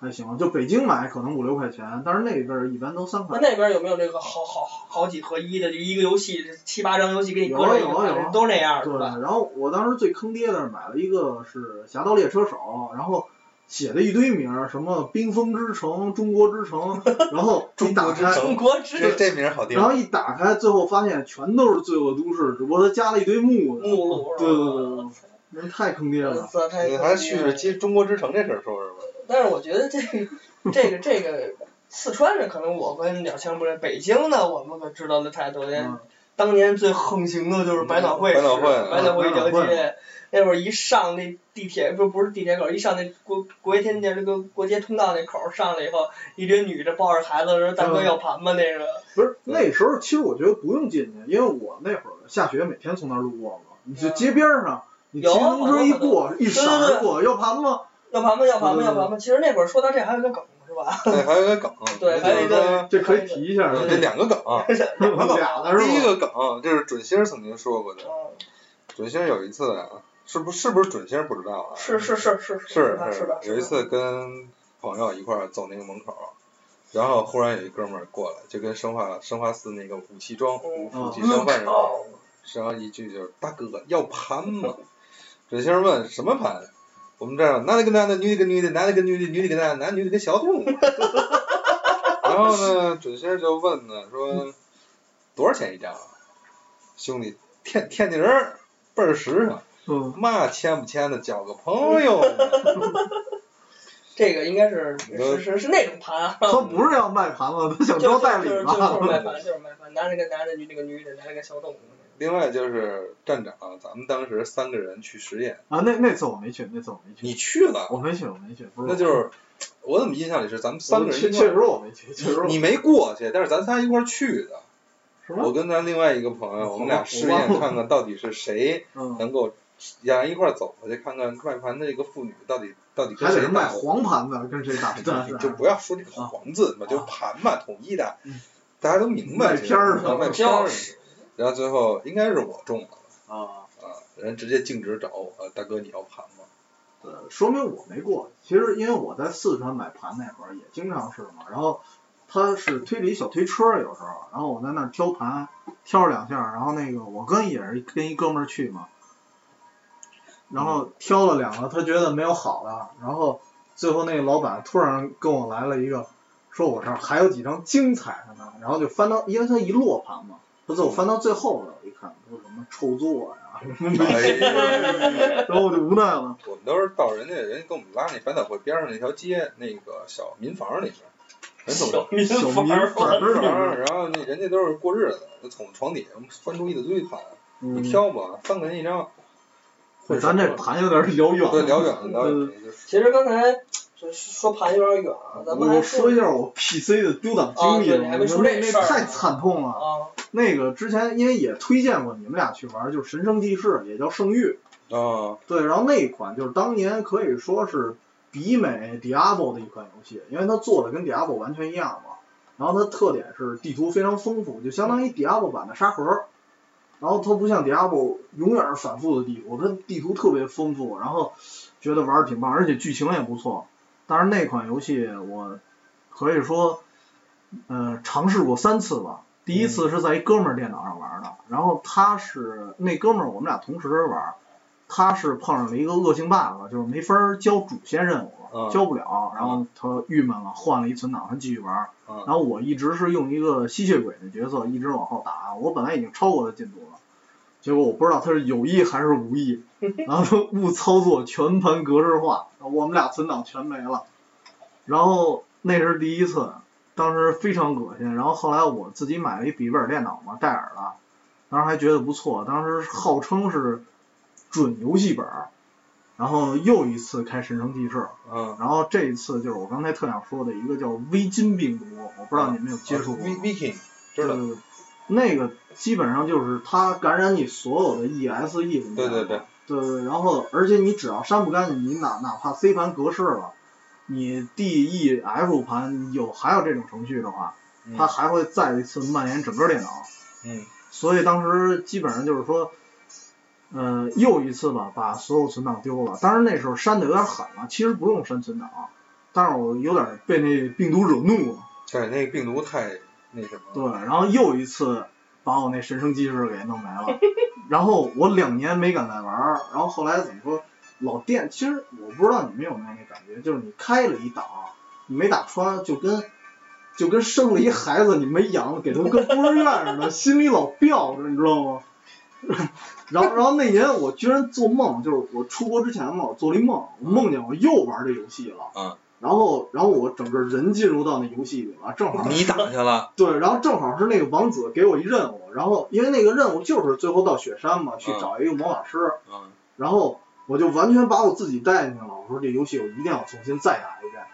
Speaker 3: 还行，就北京买可能五六块钱，但是那边儿一般都三
Speaker 4: 那
Speaker 3: 块。
Speaker 4: 那边有没有这个好好好几合一的，就一个游戏七八张游戏给你搁
Speaker 3: 有啊
Speaker 4: 上一个
Speaker 3: 有啊
Speaker 4: 盘
Speaker 3: 有啊
Speaker 4: 都那样
Speaker 3: 对，
Speaker 4: 是吧？
Speaker 3: 然后我当时最坑爹的是买了一个是《侠盗猎车手》，然后写了一堆名儿，什么冰封之城、中国之城，
Speaker 4: [LAUGHS]
Speaker 3: 然后一打开，
Speaker 4: 中国之
Speaker 2: 这这名儿好听
Speaker 3: 然，后一打开，最后发现全都是罪恶都市，只不过它加了一堆木的，
Speaker 4: 目录是吧？
Speaker 3: 对对对对那太坑爹了。啊
Speaker 4: 对
Speaker 2: 你
Speaker 4: 对
Speaker 2: 还叙事接中国之城这事儿说说吧。
Speaker 4: [LAUGHS] 但是我觉得这个这个这个四川的可能我跟两千不认，北京的我们可知道的太多了。
Speaker 3: 嗯
Speaker 4: 当年最横行的就是百脑汇，
Speaker 2: 百脑汇
Speaker 4: 百脑汇一条
Speaker 3: 嗯百脑
Speaker 4: 街。那会儿一上那地铁，不不是地铁口，一上那国国街天那这个国街通道那口儿上来以后，一堆女的抱着孩子说：“大哥
Speaker 3: 嗯
Speaker 4: 要盘吗？”那个，
Speaker 3: 不是那时候，其实我觉得不用进去，因为我那会儿下学每天从那儿路过嘛，你就街边儿上，你骑
Speaker 4: 有
Speaker 3: 自行车一
Speaker 4: 好多
Speaker 3: 过，一闪
Speaker 4: 对对
Speaker 3: 而
Speaker 4: 对
Speaker 3: 过，要盘吗？
Speaker 4: 要盘吗？要盘吗？
Speaker 3: 嗯
Speaker 4: 要盘吗？其实那会儿说到这还有一个梗是吧？
Speaker 2: 对，还有一个梗，
Speaker 4: 对，还
Speaker 2: 就
Speaker 4: 有
Speaker 2: 是
Speaker 4: 一个
Speaker 2: 说
Speaker 3: 这可以提一下，
Speaker 4: 对
Speaker 3: [LAUGHS]
Speaker 2: 这两个梗，啊
Speaker 3: 俩的是吧？
Speaker 2: 第一个梗就是准星儿曾经说过的，
Speaker 4: 嗯，
Speaker 2: 准星儿有一次啊，是不是不是准星儿不知道啊？
Speaker 4: 是是是是
Speaker 2: 是
Speaker 4: 吧是吧？
Speaker 2: 有一次跟朋友一块儿走那个门口儿，然后忽然有一哥们儿过来，就跟生化生化四那个武器装武
Speaker 4: 嗯
Speaker 2: 武器
Speaker 3: 嗯
Speaker 2: 装扮似的，
Speaker 4: 哦
Speaker 2: 然后一句就是大哥要盘吗？准星儿问什么盘？我们这儿有男的跟男的，女的跟女的，男的跟女的，女的跟男的，男女的跟小动物。 [LAUGHS] 然后呢，准星儿就问呢，说多少钱一张啊？兄弟，天天津人儿倍儿实诚，
Speaker 3: 嗯，
Speaker 2: 嘛签不签的交个朋友呢。
Speaker 4: 这个应该是
Speaker 2: 你说
Speaker 4: 是是是那种盘啊，
Speaker 3: 他不是要卖盘吗？他想
Speaker 4: 就
Speaker 3: 招
Speaker 4: 是
Speaker 3: 代
Speaker 4: 就
Speaker 3: 理
Speaker 4: 是就是
Speaker 3: 吗？
Speaker 4: 就是卖
Speaker 3: [LAUGHS]
Speaker 4: 盘，就是卖盘，男的跟男的，女的跟女的，男的跟小动物。
Speaker 2: [LAUGHS] 另外就是站长，啊咱们当时三个人去实验，
Speaker 3: 啊，那那次我没去，那次我没去，
Speaker 2: 你去了，
Speaker 3: 我没去，我没去，不是我，
Speaker 2: 那就是我怎么印象里是咱们三个人
Speaker 3: 确
Speaker 2: 一
Speaker 3: 确
Speaker 2: 块
Speaker 3: 实
Speaker 2: 儿，
Speaker 3: 我没去，确实我
Speaker 2: 你没过去，但是咱仨一块儿去的。
Speaker 3: 是
Speaker 2: 我
Speaker 3: 吗？
Speaker 2: 跟咱另外一个朋友，我们俩试验看看到底是谁
Speaker 3: 嗯，
Speaker 2: 能够俩人一块儿走过去，看看卖盘的这个妇女到底到底跟
Speaker 3: 还得
Speaker 2: 谁
Speaker 3: 是卖
Speaker 2: 打。啊
Speaker 3: 黄盘的，跟谁打？ [LAUGHS] 对
Speaker 2: 你就不要说这个“黄”字嘛，
Speaker 3: 啊
Speaker 2: 就盘嘛，统一的
Speaker 3: 嗯，
Speaker 2: 大家都明白。
Speaker 3: 卖片儿的
Speaker 2: 的，卖片儿的。然后最后应该是我中了
Speaker 3: 啊，
Speaker 2: 啊，人直接径直找我，呃大哥你要盘
Speaker 3: [LAUGHS]
Speaker 2: 吗？
Speaker 3: 呃，说明我没过。其实因为我在四川买盘那会儿也经常是嘛，然后他是推着一小推车有时候，然后我在那儿挑盘，挑了两下，然后那个我跟也是跟一哥们儿去嘛，然后挑了两个，他觉得没有好的，然后最后那个老板突然跟我来了一个，说我这儿还有几张精彩的呢，然后就翻到，因为他一摞盘嘛，他最后翻到最后了，我一看说什么臭作呀、 [LAUGHS]
Speaker 2: 哎呀
Speaker 3: 然后我就无奈了，
Speaker 2: 我们都是到人家人家给我们拉那反导会边上那条街那个小民房里边，人走着
Speaker 4: 小民
Speaker 3: 小
Speaker 4: 房
Speaker 3: 民
Speaker 4: 儿
Speaker 3: 反
Speaker 2: 民房
Speaker 3: 正
Speaker 2: 儿， [LAUGHS] 然后那人家都是过 [LAUGHS] 日子，就从床底下翻出一大堆盘，
Speaker 3: 嗯
Speaker 2: 你挑吧，三个人一张，
Speaker 1: 会
Speaker 3: 咱这
Speaker 1: 说
Speaker 3: 盘有点聊远
Speaker 2: 对，
Speaker 3: 了。呃
Speaker 2: 聊远了，聊远了。就是
Speaker 4: 其实刚才就是说盘有点远啊，咱们还
Speaker 3: 我说一下我 PC 的丢档经历
Speaker 4: 啊对
Speaker 3: 吧，
Speaker 4: 你还
Speaker 3: 我
Speaker 4: 没
Speaker 3: 觉
Speaker 4: 说
Speaker 3: 得
Speaker 4: 这
Speaker 3: 那
Speaker 4: 事儿呢
Speaker 3: 太惨痛了。
Speaker 4: 啊，
Speaker 3: 那个之前因为也推荐过你们俩去玩，就是《神圣记事》，也叫《圣域》。
Speaker 2: 啊，
Speaker 3: 对，然后那一款就是当年可以说是比美 Diablo 的一款游戏，因为它做的跟 Diablo 完全一样嘛。然后它特点是地图非常丰富，就相当于 Diablo 版的沙盒。然后它不像 Diablo 永远是反复的地图，它地图特别丰富，然后觉得玩儿挺棒，而且剧情也不错。但是那款游戏我可以说，呃，尝试过三次吧。第一次是在一哥们儿电脑上玩的，然后他是那哥们儿，我们俩同时玩儿，他是碰上了一个恶性 bug，就是没法儿交主线任务了，
Speaker 2: 嗯
Speaker 3: 交不了，然后他郁闷了，换了一存档，他继续玩儿。
Speaker 2: 嗯
Speaker 3: 然后我一直是用一个吸血鬼的角色一直往后打，我本来已经超过他进度了，结果我不知道他是有意还是
Speaker 2: [LAUGHS]
Speaker 3: 无意，然后他误操作全盘格式化，我们俩存档全没了。然后那是第一次，当时非常恶心。然后后来我自己买了一笔记本电脑嘛，戴尔的，当时还觉得不错，当时号称是准游戏本儿。然后又一次开神圣记事，
Speaker 2: 嗯，
Speaker 3: 然后这一次就是我刚才特想说的一个叫微菌病毒，我不知道你们有接触过吗
Speaker 2: V Viking，知道，
Speaker 3: 呃那个基本上就是它感染你所有的 E ESE 什么
Speaker 2: 对
Speaker 3: 的。
Speaker 2: 对对，
Speaker 3: 对对，然后而且你只要删不干净，你哪哪怕 C 盘格式了，你 D E F 盘有还有这种程序的话，
Speaker 2: 嗯
Speaker 3: 它还会再一次蔓延整个电脑。
Speaker 2: 嗯。
Speaker 3: 所以当时基本上就是说，呃，又一次吧，把所有存档丢了。当然那时候删的有点狠了，其实不用删存档，但是我有点被那病毒惹怒了。
Speaker 2: 对，那个病毒太那什么
Speaker 3: 对，
Speaker 2: 了，
Speaker 3: 然后又一次把我那神圣机制给弄没了，然后我两年没敢再玩儿，然后后来怎么说，老店其实我不知道你们有没有那感觉，就是你开了一档，你没打穿，就跟就跟生了一孩子你没养，给他跟孤儿院似的，心里老吊着，你知道吗？ [LAUGHS] 然后，然后那年我居然做梦，就是我出国之前嘛，我做了一梦，我梦见我又玩这游戏了。
Speaker 2: 嗯。
Speaker 3: 然后，然后我整个人进入到那游戏里了，正好
Speaker 6: 你打去了，
Speaker 3: 对，然后正好是那个王子给我一任务，然后因为那个任务就是最后到雪山嘛，去找一个魔法师，
Speaker 2: 嗯，
Speaker 3: 然后我就完全把我自己带进去了。我说这游戏我一定要重新再打一遍，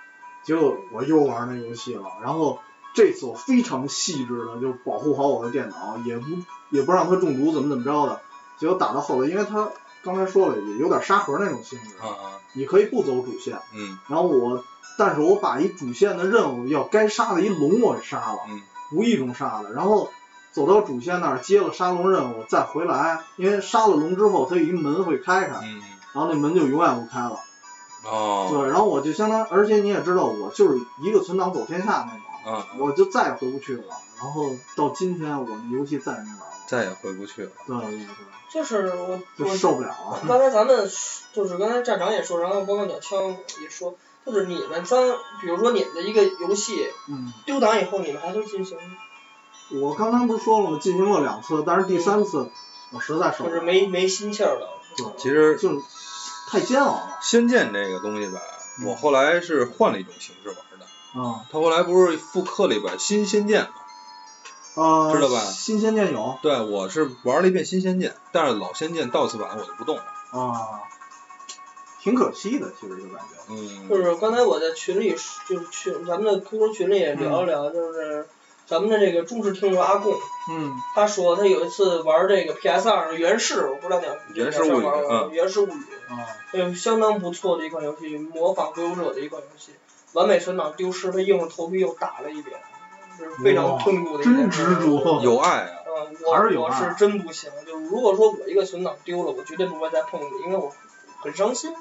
Speaker 3: 结果我又玩那游戏了。然后这次我非常细致的就保护好我的电脑，也不也不让它中毒，怎么怎么着的。结果打到后来，因为它刚才说了也有点沙盒那种性质，
Speaker 2: 啊，
Speaker 3: 你可以不走主线，
Speaker 2: 嗯
Speaker 3: 然后我，但是我把一主线的任务要该杀的一龙我给杀了，
Speaker 2: 嗯
Speaker 3: 无意中杀的，然后走到主线那儿接了杀龙任务再回来，因为杀了龙之后它有一门会开开，
Speaker 2: 嗯，
Speaker 3: 然后那门就永远不开了。
Speaker 2: 哦，
Speaker 3: 对，然后我就相当，而且你也知道我就是一个存档走天下那种，
Speaker 2: 啊，
Speaker 3: 我就再也回不去了。然后到今天我们游戏再也没玩了，
Speaker 2: 再也回不去了，
Speaker 3: 对对对，
Speaker 4: 就是我
Speaker 3: 就
Speaker 4: 我
Speaker 3: 受不了了。
Speaker 4: 刚才咱们就是刚才站长也说，然后包括鸟枪也说，就是你们三，比如说你们的一个游戏
Speaker 3: 嗯，
Speaker 4: 丢档以后，你们还会进行，
Speaker 3: 我刚才不是说了吗？进行过两次，但是第三次我实在受
Speaker 4: 就
Speaker 3: 不
Speaker 4: 是
Speaker 3: 了，
Speaker 4: 没没心气儿了。
Speaker 3: 对
Speaker 2: 其实
Speaker 3: 就是太煎熬了。
Speaker 2: 《仙剑》这个东西吧，我后来是换了一种形式玩的。
Speaker 3: 啊、
Speaker 2: 他后来不是复刻了一版《新仙剑》吗？
Speaker 3: 呃，
Speaker 2: 知道吧
Speaker 3: 新仙剑有
Speaker 2: 对，我是玩了一遍《新仙剑》，但是老《仙剑》到此版我就不动了。
Speaker 3: 啊，挺可惜的，其实就感觉。
Speaker 2: 嗯，
Speaker 4: 就是刚才我在群里，就是群咱们的 QQ 群里也聊了聊，就是咱们的这个忠实听众阿贡，
Speaker 3: 嗯
Speaker 4: 他说他有一次玩这个 PS 二《原始》，我不知道鸟
Speaker 2: 原始物语
Speaker 4: 鸟枪玩过吗
Speaker 2: 嗯
Speaker 4: 原始物语》，
Speaker 3: 啊，
Speaker 4: 嗯，相当不错的一款游戏，模仿《鬼武者》的一款游戏，完美存档丢失，他硬着头皮又打了一遍，就是非常痛苦的一
Speaker 3: 真
Speaker 4: 件
Speaker 3: 执
Speaker 4: 事。
Speaker 3: 着。
Speaker 2: 有爱啊，
Speaker 4: 嗯，
Speaker 3: 还是
Speaker 4: 我
Speaker 3: 有
Speaker 4: 我
Speaker 3: 啊
Speaker 4: 是真不行，就是如果说我一个存档丢了，我绝对不会再碰的，因为我很伤心，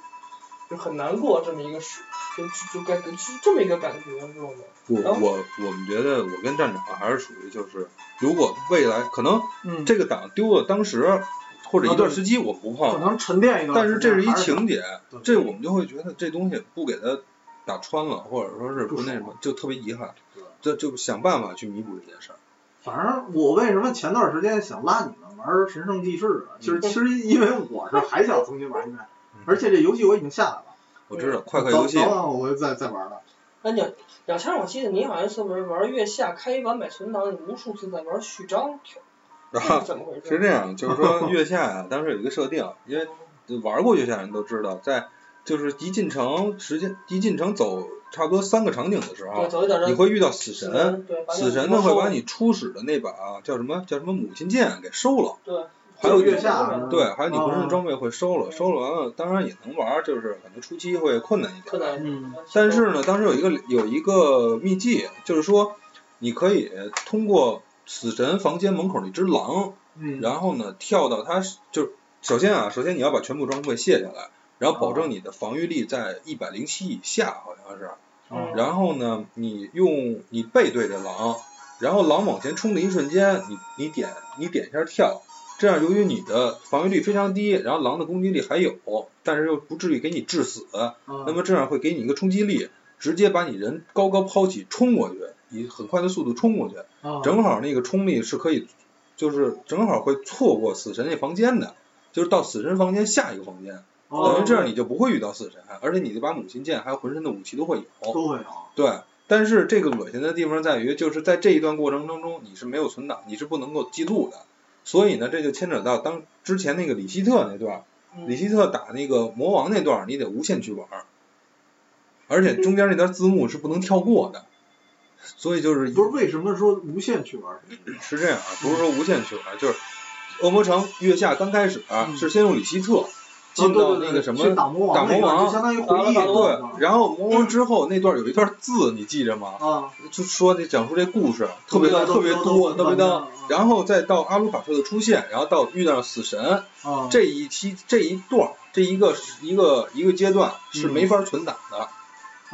Speaker 4: 就很难过这么一个事，就就就感觉就是这么一个感觉，知道吗？
Speaker 2: 我
Speaker 3: 啊
Speaker 4: 然后
Speaker 2: 我我们觉得我跟站长还是属于就是，如果未来可能
Speaker 3: 嗯，
Speaker 2: 这个档丢了，当时或者一段时期我不
Speaker 3: 啊可
Speaker 2: 碰，
Speaker 3: 能沉淀一段
Speaker 2: 但
Speaker 3: 时
Speaker 2: 是
Speaker 3: 间。
Speaker 2: 这是一
Speaker 3: 还
Speaker 2: 情节，
Speaker 3: 对
Speaker 2: 这我们就会觉得这东西不给它打穿了，或者说是不那什么，就特别遗憾
Speaker 3: 对，
Speaker 2: 这就想办法去弥补这件事儿。
Speaker 3: 反正我为什么前段时间想拉你们玩《神圣记事》啊？
Speaker 2: 嗯
Speaker 3: 就是其实因为我是还想重新玩一遍，而且这游戏我已经下来了，
Speaker 2: 我知道快快嗯游戏
Speaker 3: 早早晚我会再再玩的。
Speaker 4: 哎，鸟鸟枪，我记得你好像是玩玩月下开一完美存档，你无数次在玩序章，
Speaker 2: 然
Speaker 4: 这
Speaker 2: 后 [LAUGHS]
Speaker 4: 是怎么回事？
Speaker 2: 是这样，就是说月下啊，当时有一个设定，因为玩过月下人都知道，在就是一进城时间一进城走差不多三个场景的时
Speaker 4: 对，
Speaker 2: 候，
Speaker 4: 走一点
Speaker 2: 啊你
Speaker 4: 儿
Speaker 2: 会遇到死
Speaker 4: 死
Speaker 2: 神，，
Speaker 4: 对，把那
Speaker 2: 死
Speaker 4: 个
Speaker 2: 神
Speaker 4: 魔
Speaker 2: 呢会
Speaker 4: 兽
Speaker 2: 把你初始的那把叫什么叫什么母亲剑给收了，
Speaker 4: 对，
Speaker 2: 还有
Speaker 3: 月
Speaker 2: 月
Speaker 3: 下
Speaker 4: 下，
Speaker 2: 对，还有你浑
Speaker 4: 哦
Speaker 2: 身的
Speaker 3: 啊
Speaker 2: 装备会收了，收了完了当然也能玩，就是可能初期会困难一点
Speaker 4: 困。难，
Speaker 1: 嗯，
Speaker 2: 但是呢，当时有一个有一个秘技，就是说你可以通过死神房间门口那只狼，
Speaker 1: 嗯，
Speaker 2: 然后呢跳到它就是首先啊，首先你要把全部装备卸下来，然后保证你的防御力在一百零七以下，好像是。
Speaker 4: 嗯
Speaker 2: 然后呢，你用你背对着狼，然后狼往前冲的一瞬间，你你点你点一下跳，这样由于你的防御力非常低，然后狼的攻击力还有，但是又不至于给你致死，那么这样会给你一个冲击力，直接把你人高高抛起冲过去，以很快的速度冲过去，
Speaker 4: 嗯
Speaker 1: 啊
Speaker 2: 正好那个冲力是可以，就是正好会错过死神那房间的，就是到死神房间下一个房间，
Speaker 3: 哦
Speaker 2: 等于这样你就不会遇到死神，而且你这把母亲剑还有浑身的武器都会有，
Speaker 3: 都会有，
Speaker 2: 对。但是这个恶心的地方在于，就是在这一段过程当中你是没有存档，你是不能够记录的，所以呢，这就牵扯到当之前那个里希特那段儿，
Speaker 4: 嗯
Speaker 2: 里希特打那个魔王那段儿，你得无限去玩儿，而且中间那段字幕是不能跳过的，所以就是
Speaker 3: 不是为什么说无限去玩儿？
Speaker 2: 是这样啊，
Speaker 3: 嗯
Speaker 2: 不是说无限去玩，就是恶魔城月下刚开始啊、
Speaker 3: 嗯
Speaker 2: 是先用里希特进
Speaker 3: 啊
Speaker 2: 到
Speaker 3: 对对
Speaker 2: 那
Speaker 3: 对
Speaker 2: 个什么，
Speaker 3: 去打魔王那
Speaker 2: 打魔
Speaker 3: 段，
Speaker 2: 王
Speaker 3: 就相当于回忆
Speaker 4: 打魔
Speaker 3: 段
Speaker 2: 对
Speaker 3: 嘛，
Speaker 2: 然后魔王之后那段有一段字你记着吗？
Speaker 3: 啊，
Speaker 2: 就说这讲述这故事特别
Speaker 3: 都
Speaker 2: 特别多，特别
Speaker 3: 多
Speaker 2: 多。，然后再到阿鲁卡特的出现，然后到遇到死神
Speaker 3: 啊，
Speaker 2: 这一期这一段这一个一个一个阶段是
Speaker 3: 嗯
Speaker 2: 没法存档的，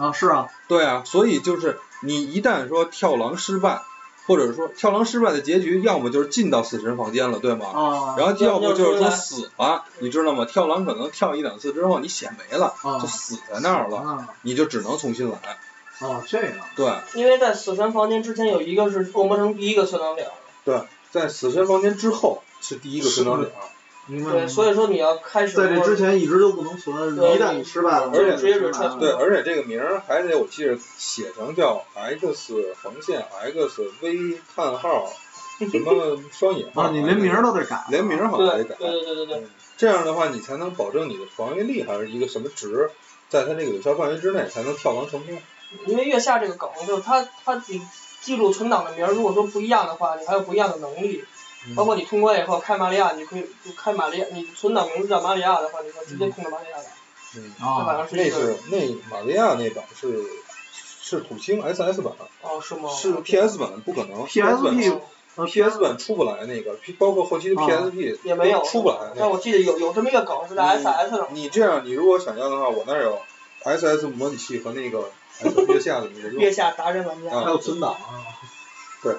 Speaker 3: 啊是啊，
Speaker 2: 对啊，所以就是你一旦说跳狼失败，或者说跳狼失败的结局，要么就是进到死神房间了，对吗？
Speaker 4: 嗯
Speaker 3: 啊，
Speaker 2: 然后要不就是
Speaker 4: 要不就
Speaker 2: 说
Speaker 4: 是
Speaker 2: 死了，你知道吗？跳狼可能跳一两次之后你血没了，
Speaker 3: 啊
Speaker 2: 就死在那儿了，
Speaker 3: 啊，
Speaker 2: 你就只能重新来。
Speaker 3: 哦这样，
Speaker 2: 对，
Speaker 4: 因为在死神房间之前有一个是恶魔城第一个存档点，
Speaker 2: 在死神房间之后是第一个存档点，嗯
Speaker 3: 明白
Speaker 4: 对，
Speaker 3: 了。
Speaker 4: 所以说你要开始
Speaker 3: 在这之前一直都不能存，
Speaker 4: 对
Speaker 3: 一旦你失败了，
Speaker 2: 而且
Speaker 4: 直接
Speaker 3: 就
Speaker 4: 就
Speaker 3: 失败了
Speaker 4: 撤
Speaker 2: 对，而且这个名儿还得我记着写成叫 X 横线 X V 叹号什么双引号
Speaker 3: 啊，你连名儿都得改，啊
Speaker 2: 连名儿好像得
Speaker 4: 对对
Speaker 2: 改。
Speaker 4: 对对对对，
Speaker 2: 这样的话，你才能保证你的防御力还是一个什么值，在它这个有效范围之内才能跳狼成功。
Speaker 4: 因为月下这个梗就是它它你记录存档的名儿，如果说不一样的话，你还有不一样的能力，
Speaker 2: 嗯
Speaker 4: 包括你通关以后开玛利亚，你可以就开玛利亚，你存档名字叫玛利亚的话，你就直接控制玛利亚了，
Speaker 2: 嗯，
Speaker 4: 它好
Speaker 3: 啊，
Speaker 4: 像是
Speaker 2: 那
Speaker 4: 一个
Speaker 2: 是那马利亚那版是是土星 SS 版，
Speaker 4: 哦是吗？哦
Speaker 2: 是 PS 版不可能
Speaker 3: PSP
Speaker 2: 版
Speaker 3: 是
Speaker 2: 呃 PS 版出不来那个，包括后期的
Speaker 3: 啊
Speaker 2: PSP
Speaker 4: 也没有，
Speaker 2: 出不来那
Speaker 4: 但
Speaker 2: 个。
Speaker 4: 我记得有有这么一个梗是在
Speaker 2: 嗯
Speaker 4: SS 上，
Speaker 2: 你这样，你如果想要的话，我那儿有 SS 模拟器和那个 S 月下的那个
Speaker 4: 月
Speaker 2: 用。
Speaker 4: 下达人玩家，
Speaker 2: 啊
Speaker 3: 还有存档啊，
Speaker 4: 嗯。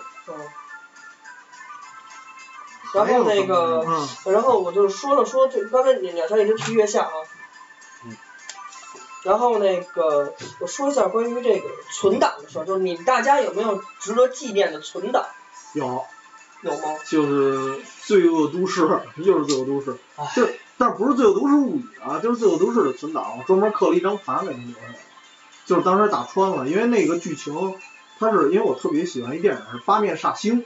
Speaker 4: 然后那个，
Speaker 3: 嗯
Speaker 4: 然后我就说了说这，刚才你鸟山一直提月下啊。
Speaker 2: 嗯。
Speaker 4: 然后那个，我说一下关于这个存档的事儿，就是你大家有没有值得纪念的存档？
Speaker 3: 有，
Speaker 4: 有吗？
Speaker 3: 就是罪恶都市，又是罪恶都市
Speaker 4: 唉，
Speaker 3: 就是但不是罪恶都市物语啊，就是罪恶都市的存档，我专门刻了一张盘给他们留下来，就是当时打穿了，因为那个剧情，它是因为我特别喜欢一电影是《八面煞星》，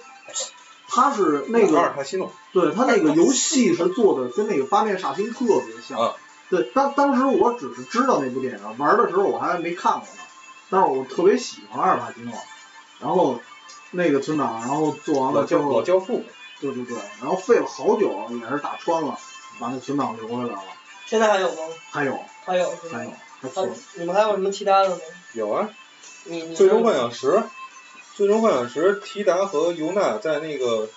Speaker 3: 它是 [LAUGHS] 那个
Speaker 2: 阿尔塔西诺，
Speaker 3: 对他那个游戏是做的跟那个《八面煞星》特别像。
Speaker 2: 啊
Speaker 3: 对，当当时我只是知道那部电影，玩的时候我还没看过呢，但是我特别喜欢阿尔帕西诺，然后那个村长，然后做完
Speaker 2: 老
Speaker 3: 了之
Speaker 2: 教老
Speaker 3: 后，
Speaker 2: 教父，
Speaker 3: 对对对，然后费了好久啊也是打穿了，把那村长留下来了。
Speaker 4: 现在还有吗？
Speaker 3: 还有
Speaker 4: 还有是
Speaker 3: 还
Speaker 4: 吗
Speaker 3: 有？，还
Speaker 4: 还
Speaker 3: 错，
Speaker 4: 你们还有什么其他的吗？
Speaker 2: 有啊，
Speaker 4: 你你
Speaker 2: 最终幻想十，最终幻想十，提达和尤娜在那个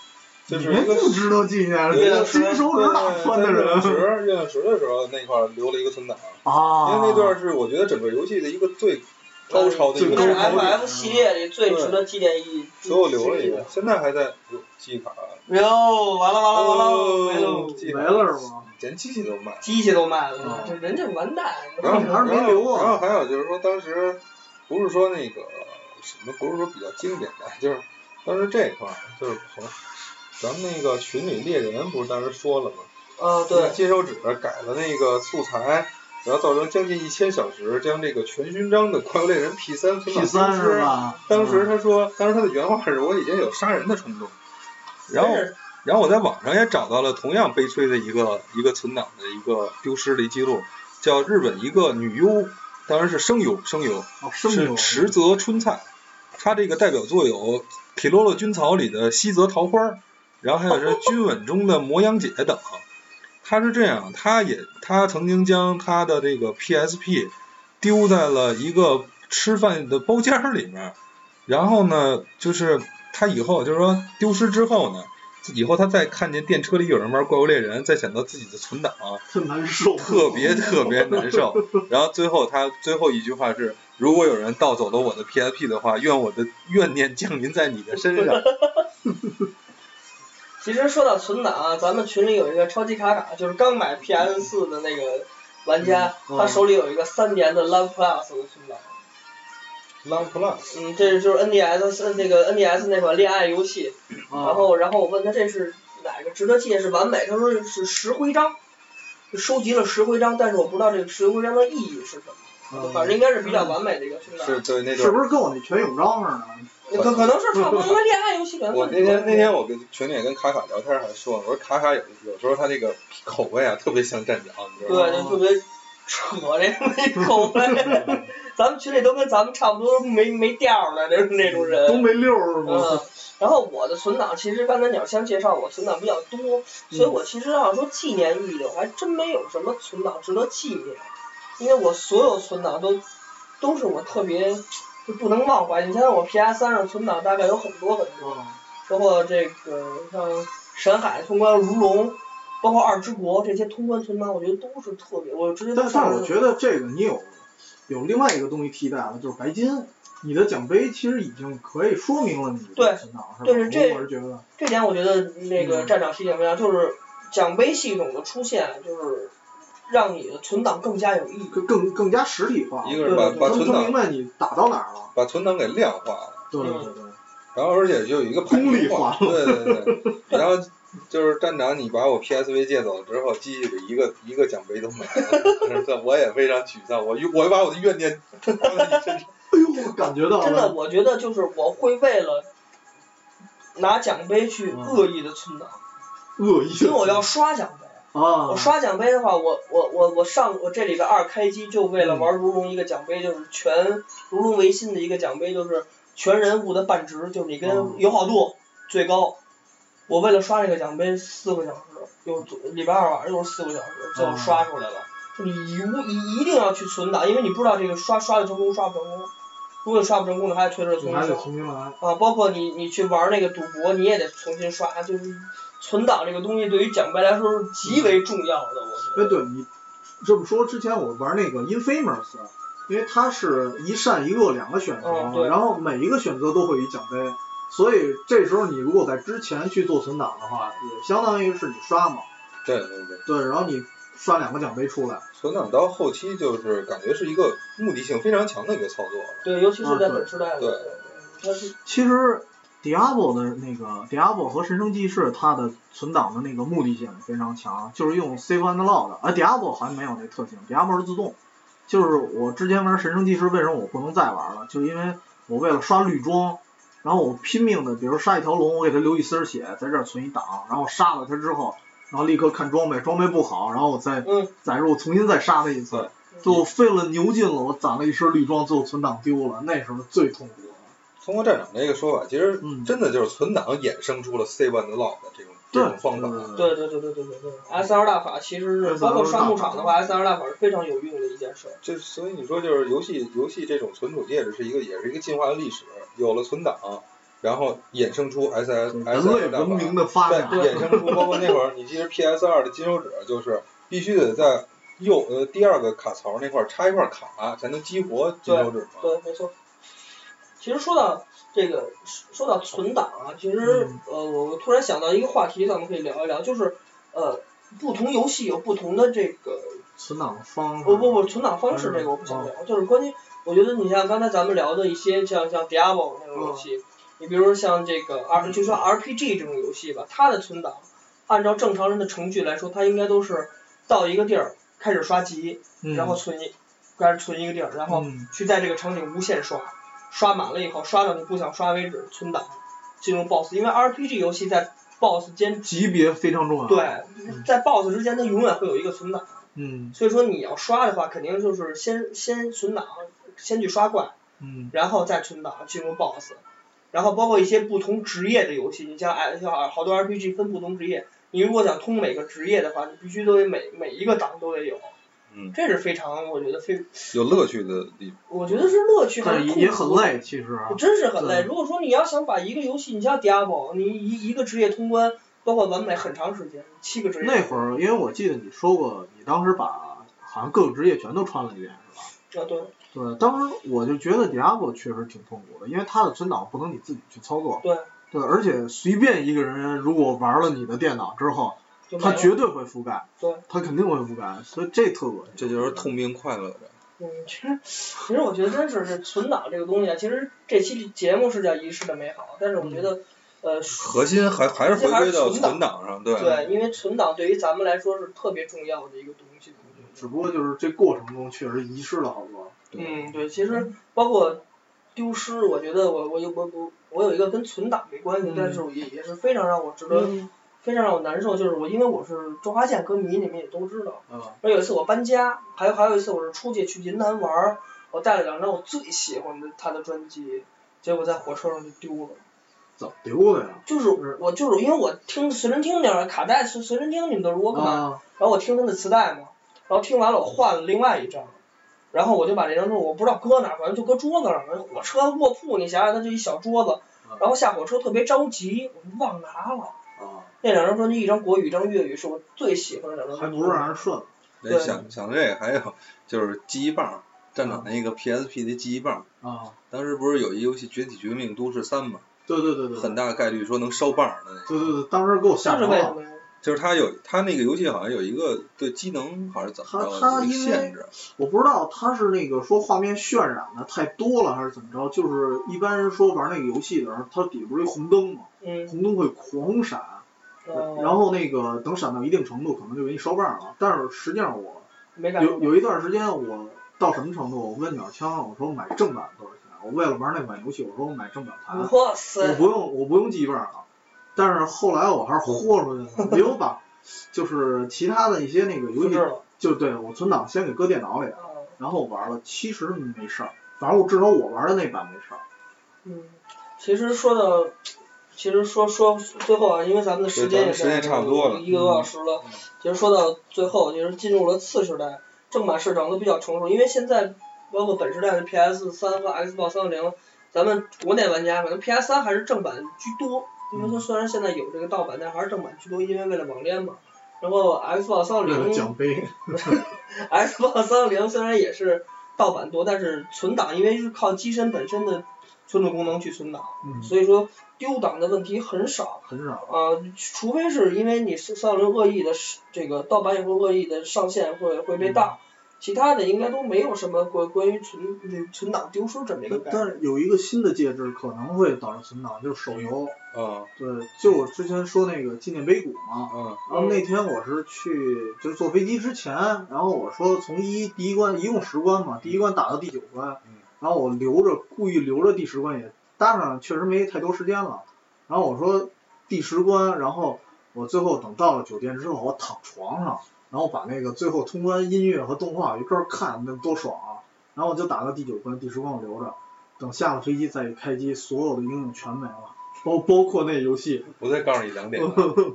Speaker 2: 就是一
Speaker 3: 你
Speaker 2: 个
Speaker 3: 们不值得纪念，
Speaker 2: 对
Speaker 3: 这
Speaker 2: 对
Speaker 3: 个金手指打穿的人
Speaker 2: 在月亮池月亮池的时候那块儿留了一个存档，
Speaker 3: 啊，
Speaker 1: 哦
Speaker 2: 因为那段是我觉得整个游戏的一个最高潮的一
Speaker 3: 最
Speaker 2: 个
Speaker 3: 高
Speaker 4: 这是
Speaker 3: 潮
Speaker 2: 点，
Speaker 4: FF 系列里最值得纪念意义。
Speaker 2: 所以我留了一个，。现在还在有记忆卡，啊
Speaker 4: 哟，完了完了完了，没
Speaker 2: 哦
Speaker 4: 了，
Speaker 2: 记忆
Speaker 3: 没
Speaker 2: 卡
Speaker 3: 了是吗？
Speaker 2: 连机器都卖。
Speaker 4: 机器都卖
Speaker 3: 哦
Speaker 4: 了，这人家完蛋。
Speaker 2: 然后
Speaker 3: 你还是没留啊
Speaker 2: 然后还有就是说，当时不是说那个什么，不是说比较经典的，就是当时这一块儿就是朋，咱们那个群里猎人不是当时说了吗？
Speaker 4: 呃，对，
Speaker 2: 金手指改了那个素材，然后造成将近一千小时，将这个全勋章的《怪物猎人 P 三》存
Speaker 3: P
Speaker 2: 档消
Speaker 3: 三是
Speaker 2: 失。
Speaker 3: 吧？嗯
Speaker 4: 嗯
Speaker 2: 当时他说，当时他的原话是我已经有杀人的冲动。然后
Speaker 4: 真是
Speaker 2: 然后我在网上也找到了同样悲催的一个一个存档的一个丢失的一记录，叫日本一个女优，当然是声优，声优
Speaker 3: 哦，声
Speaker 2: 是
Speaker 3: 优
Speaker 2: 池泽春菜，她这个代表作有《匹洛洛军曹》里的西泽桃花，然后还有是《军吻中的魔洋姐》等。她是这样，她也她曾经将她的这个 PSP 丢在了一个吃饭的包间儿里面儿，然后呢，就是她以后就是说丢失之后呢。以后她再看见电车里有人玩《怪物猎人》，再想到自己的存档、
Speaker 3: 特难受，
Speaker 2: 特别特别难 [LAUGHS] 受。然后最后他最后一句话是：如果有人盗走了我的 PSP 的话，愿我的怨念降临在你的身 [LAUGHS] 上。
Speaker 4: 其实说到存档啊，咱们群里有一个超级卡卡，就是刚买 PS 四的那个玩家，
Speaker 3: 嗯
Speaker 4: 他手里有一个三年的 Love Plus 的存档。
Speaker 3: Love Plus，
Speaker 4: 嗯，这是就是 NDS 呃那个 NDS 那款恋爱游戏，
Speaker 2: 嗯
Speaker 3: 啊
Speaker 4: 然后然后我问他这是哪个值得纪念是完美，他说是十徽章，就收集了十徽章，但是我不知道这个十徽章的意义是什么，
Speaker 3: 嗯
Speaker 4: 反正应该是比较完美的一个存档。
Speaker 2: 是对那
Speaker 3: 是
Speaker 2: 段。
Speaker 3: 不是跟我那全泳照似的？
Speaker 2: [LAUGHS]
Speaker 4: 可可能是差不多，因为恋爱游戏可能
Speaker 2: 我那天那天我跟群里也跟卡卡聊天还说，我说卡卡有有时候他这个口味啊特别像站长，你知道吗？
Speaker 4: 对，就特
Speaker 2: 哦
Speaker 4: 别扯这没口
Speaker 2: [LAUGHS]
Speaker 4: 味。咱们群里都跟咱们差不多没没调儿的，就是那种人。
Speaker 3: 东北六是
Speaker 4: 嗯
Speaker 3: 吗？，
Speaker 4: 然后我的存档其实刚才鸟香介绍我存档比较多，所以我其实要说纪念意义的，我还真没有什么存档值得纪念，因为我所有存档都都是我特别就不能忘怀。你像我 PS 三上存档大概有很多很多，
Speaker 3: 啊，
Speaker 4: 包括这个像神海通关如龙，包括二之国这些通关存档，我觉得都是特别，我直接
Speaker 3: 但
Speaker 4: 都
Speaker 3: 但是我
Speaker 4: 得
Speaker 3: 觉得这个你有有另外一个东西替代了，就是白金。你的奖杯其实已经可以说明了你
Speaker 4: 对
Speaker 3: 的存档，是吧？
Speaker 4: 对是这
Speaker 3: 我是觉得，
Speaker 4: 这点，我觉得那个
Speaker 3: 嗯
Speaker 4: 站长提醒非常，就是奖杯系统的出现，就是让你的存档更加有意义。
Speaker 3: 更更更加实体化，
Speaker 2: 一个是把
Speaker 3: 对
Speaker 2: 把
Speaker 3: 能
Speaker 2: 存
Speaker 3: 能
Speaker 2: 档
Speaker 3: 明白你打到哪儿了，
Speaker 2: 把存档给量化了，
Speaker 3: 对
Speaker 4: 嗯
Speaker 3: 对对，
Speaker 2: 然后而且就有一个排名化，
Speaker 3: 功
Speaker 2: [LAUGHS] 对对对。然后就是站长，你把我 PSV 借走之后，记忆里一个一个奖杯都没了， [LAUGHS] 这我也非常沮丧，我我把我的怨念放在你身上。
Speaker 3: 哎呦，我感觉到
Speaker 4: 真的，
Speaker 3: 了，
Speaker 4: 我觉得就是我会为了拿奖杯去恶意的存档，
Speaker 3: 恶意，
Speaker 4: 因为我要刷奖杯。
Speaker 3: 啊，
Speaker 4: 我刷奖杯的话，我我我我上我这里边二开机就为了
Speaker 3: 嗯
Speaker 4: 玩如龙一个奖杯，就是全如龙维新的一个奖杯，就是全人物的半值，就是你
Speaker 3: 嗯
Speaker 4: 跟友好度最高。我为了刷这个奖杯四个小时，又礼拜二晚上又是四个小时，最后
Speaker 3: 嗯
Speaker 4: 刷出来了。就你一无一一定要去存档，因为你不知道这个刷刷的成功刷不成功。如果你刷不成功，你还得推着重
Speaker 3: 你
Speaker 4: 新
Speaker 3: 还
Speaker 4: 刷
Speaker 3: 得。重新来，
Speaker 4: 啊，包括你你去玩那个赌博，你也得重新刷，就是存档这个东西对于奖杯来说是极为重要的，我
Speaker 3: 哎，
Speaker 4: 觉得。
Speaker 3: 对你这么说，之前我玩那个 Infamous，因啊为它是一善一恶两个选择嘛，
Speaker 4: 嗯对
Speaker 3: 然后每一个选择都会有一奖杯，所以这时候你如果在之前去做存档的话，也相当于是你刷嘛，
Speaker 2: 对对对，
Speaker 3: 对，然后你刷两个奖杯出来，
Speaker 2: 存档到后期就是感觉是一个目的性非常强的一个操作了。
Speaker 4: 对，尤其是在
Speaker 3: 啊对
Speaker 4: 本时代
Speaker 2: 对
Speaker 4: 里，它是
Speaker 3: 其实 Diablo 的那个 Diablo 和神圣纪事，它的存档的那个目的性非常强，就是用 Save and Load 的。啊，Diablo 好像没有那特性，Diablo 是自动。就是我之前玩神圣纪事，为什么我不能再玩了？就是因为我为了刷绿装，然后我拼命的，比如杀一条龙，我给它留一丝血，在这儿存一档，然后杀了它之后，然后立刻看装备，装备不好，然后我再
Speaker 4: 嗯
Speaker 3: 载入重新再杀它一次，就费了牛劲了，我攒了一身绿装，最后存档丢了，那时候最痛苦了。
Speaker 2: 通过站长这个说法，其实
Speaker 3: 嗯
Speaker 2: 真的就是存档衍生出了 C one 的 log 这种这
Speaker 3: 对
Speaker 2: 种方法。
Speaker 3: 嗯
Speaker 4: 对对对对对对对，S R 大法其实是包括刷牧场的话，S R 大法是非常有用的一件事儿。
Speaker 2: 这所以你说就是游戏游戏这种存储介质是一个也是一个进化的历史，有了存档，然后衍生出 S S
Speaker 3: 人
Speaker 2: S
Speaker 3: 类
Speaker 2: S 大
Speaker 3: 文
Speaker 2: 法，
Speaker 3: 明的发
Speaker 2: 对
Speaker 3: 展，，
Speaker 2: 衍生出包括那会儿你记得 P S 二的金手指就是必须得在右呃第二个卡槽那块儿插一块卡才能激活金手指嘛。
Speaker 4: 对，没错。其实说到这个，说到存档啊，其实、
Speaker 3: 嗯
Speaker 4: 呃，我突然想到一个话题，咱们可以聊一聊，就是呃，不同游戏有不同的这个
Speaker 3: 存档的方式。
Speaker 4: 不不不，存档方式这个我不想聊，就是关于我觉得你像刚才咱们聊的一些像像 Diablo 那种游戏，你比如说像这个 R 就说 RPG 这种游戏吧，它的存档按照正常人的程序来说，它应该都是到一个地儿开始刷级，
Speaker 3: 嗯，
Speaker 4: 然后存一开始存一个地儿，然后
Speaker 3: 嗯
Speaker 4: 去在这个场景无限刷，刷满了以后刷到你不想刷为止存档，进入 BOSS。因为 RPG 游戏在 BOSS 间，
Speaker 3: 级别非常重要。，
Speaker 4: 对，在 BOSS 之间它永远会有一个存档，
Speaker 3: 嗯
Speaker 4: 所以说你要刷的话，肯定就是先先存档，先去刷怪，
Speaker 3: 嗯
Speaker 4: 然后再存档进入 BOSS，然后包括一些不同职业的游戏，你像 R 像好多 RPG 分不同职业，你如果想通每个职业的话，你必须都得每每一个档都得有，
Speaker 2: 嗯，
Speaker 4: 这是非常我觉得非
Speaker 2: 有乐趣的地方。
Speaker 4: 我觉得是乐趣还
Speaker 3: 但
Speaker 4: 是
Speaker 3: 也
Speaker 4: 痛
Speaker 3: 也
Speaker 4: 苦
Speaker 3: 很，累，其实。
Speaker 4: 真是很累。
Speaker 3: 对
Speaker 4: 如果说你要想把一个游戏，你像 Diablo，你一一个职业通关，包括完美很长时间，七个职业。
Speaker 3: 那会儿，因为我记得你说过，你当时把好像各个职业全都穿了一遍，是吧？
Speaker 4: 啊对
Speaker 3: 对，当时我就觉得 Diablo 确实挺痛苦的，因为它的存档不能你自己去操作。
Speaker 4: 对。
Speaker 3: 对，而且随便一个人如果玩了你的电脑之后，
Speaker 4: 就没
Speaker 3: 他
Speaker 4: 有
Speaker 3: 绝对会覆盖，
Speaker 4: 对，
Speaker 3: 他肯定会覆盖，所以这特恶心。
Speaker 2: 这就是痛并快乐着。
Speaker 4: 嗯，其实其实我觉得真是这存档这个东西啊，其实这期节目是叫仪式的美好，但是我觉得，呃，
Speaker 2: 核心还还是回归到
Speaker 4: 这还是存档
Speaker 2: 存档上，对。
Speaker 4: 对，因为存档对于咱们来说是特别重要的一个东西。
Speaker 3: 只不过就是这过程中确实遗失了好多。
Speaker 4: 嗯，对，其实包括丢失，我觉得我我有我我我有一个跟存档没关系，
Speaker 3: 嗯
Speaker 4: 但是我也也是非常让我值得、
Speaker 1: 嗯
Speaker 4: 非常让我难受，就是我因为我是周华健歌迷，你们也都知道。
Speaker 3: 嗯
Speaker 4: 而有一次我搬家，还有还有一次我是出去去云南玩儿，我带了两张我最喜欢的他的专辑，结果在火车上就丢了。
Speaker 3: 怎么丢的呀？
Speaker 4: 就是我就是因为我听随身听那会儿卡带随随身听你们都是我看。
Speaker 3: 啊，
Speaker 4: 然后我听他的磁带嘛，然后听完了我换了另外一张，然后我就把这张之后我不知道搁哪儿，反正就搁桌子上了。火车卧铺，你想想，它就一小桌子，然后下火车特别着急，我就忘拿了。
Speaker 3: 啊，
Speaker 4: 那两张专辑，一张国语，一张粤语，是我最喜欢的两张
Speaker 3: 还
Speaker 4: 专辑。
Speaker 3: 不是啊让人顺。
Speaker 2: 那
Speaker 4: 对
Speaker 2: 想想这个，还有就是记忆棒，站长那个 PSP 的记忆棒，
Speaker 3: 啊，
Speaker 2: 当时不是有一游戏《绝体绝命都市三》嘛，
Speaker 3: 对对对对，
Speaker 2: 很大概率说能烧棒的那个。
Speaker 3: 对对对，当时给我吓着
Speaker 4: 这是为什
Speaker 3: 了。
Speaker 4: 么呀？
Speaker 2: 就是它有它那个游戏好像有一个对机能好像怎么
Speaker 3: 它
Speaker 2: 着
Speaker 3: 它
Speaker 2: 有一个
Speaker 3: 因为
Speaker 2: 限制，
Speaker 3: 我不知道他是那个说画面渲染的太多了，还是怎么着？就是一般人说玩那个游戏的时候，它底不是一红灯嘛，
Speaker 4: 嗯，
Speaker 3: 红灯会狂闪，
Speaker 4: 呃
Speaker 3: 然后那个等闪到一定程度，可能就给你烧棒了。但是实际上我
Speaker 4: 没感觉
Speaker 3: 有。有一段时间，我到什么程度？我问鸟枪，我说我买正版多少钱？我为了玩那款游戏，我说我买正版盘，我
Speaker 4: 哇塞！
Speaker 3: 不用我不用记一半啊。但是后来我还是豁出去了，没有把就是其他的一些那个游
Speaker 4: 复制
Speaker 3: 戏，
Speaker 4: 了。
Speaker 3: 就对我存档先给搁电脑里，
Speaker 4: 嗯
Speaker 3: 然后我玩了，其实没事儿，反正我至少我玩的那版没事儿。
Speaker 4: 嗯，其实说到，其实说说最后啊，因为咱们的时间也
Speaker 2: 对咱们时间差不多了
Speaker 4: 一个多小时了。
Speaker 2: 嗯
Speaker 4: 其实说到最后，就是进入了次时代，正版市场都比较成熟，因为现在包括本时代的 PS 三和 Xbox 三六零，咱们国内玩家反正 PS 三还是正版居多，因为它虽然现在有这个盗版，但还是正版居多，因为为了网恋嘛。然后 Xbox 三
Speaker 3: 为
Speaker 4: 六
Speaker 3: 了
Speaker 4: 零
Speaker 3: 奖杯，
Speaker 4: [LAUGHS] Xbox 三六零虽然也是盗版多，但是存档因为是靠机身本身的存储功能去存档，
Speaker 3: 嗯，
Speaker 4: 所以说丢档的问题很少。
Speaker 3: 很少。
Speaker 4: 呃，除非是因为你是三六零恶意的这个盗版以后恶意的上线会会被盗，其他的应该都没有什么关关于存存档丢失这么一个概念。
Speaker 3: 但是有一个新的介质可能会导致存档，就是手游。
Speaker 2: 嗯
Speaker 3: 对，就我之前说那个纪念碑谷嘛，
Speaker 2: 嗯
Speaker 3: 然后那天我是去，就是坐飞机之前，然后我说从一第一关一共十关嘛，第一关打到第九关
Speaker 2: 嗯，
Speaker 3: 然后我留着故意留着第十关也搭上，确实没太多时间了。然后我说第十关，然后我最后等到了酒店之后，我躺床上，然后把那个最后通关音乐和动画一块儿看，那多爽啊！然后我就打到第九关，第十关我留着，等下了飞机再一开机，所有的应用全没了，包包括那游戏。
Speaker 2: 我再告诉你两点
Speaker 4: [LAUGHS]
Speaker 2: 啊，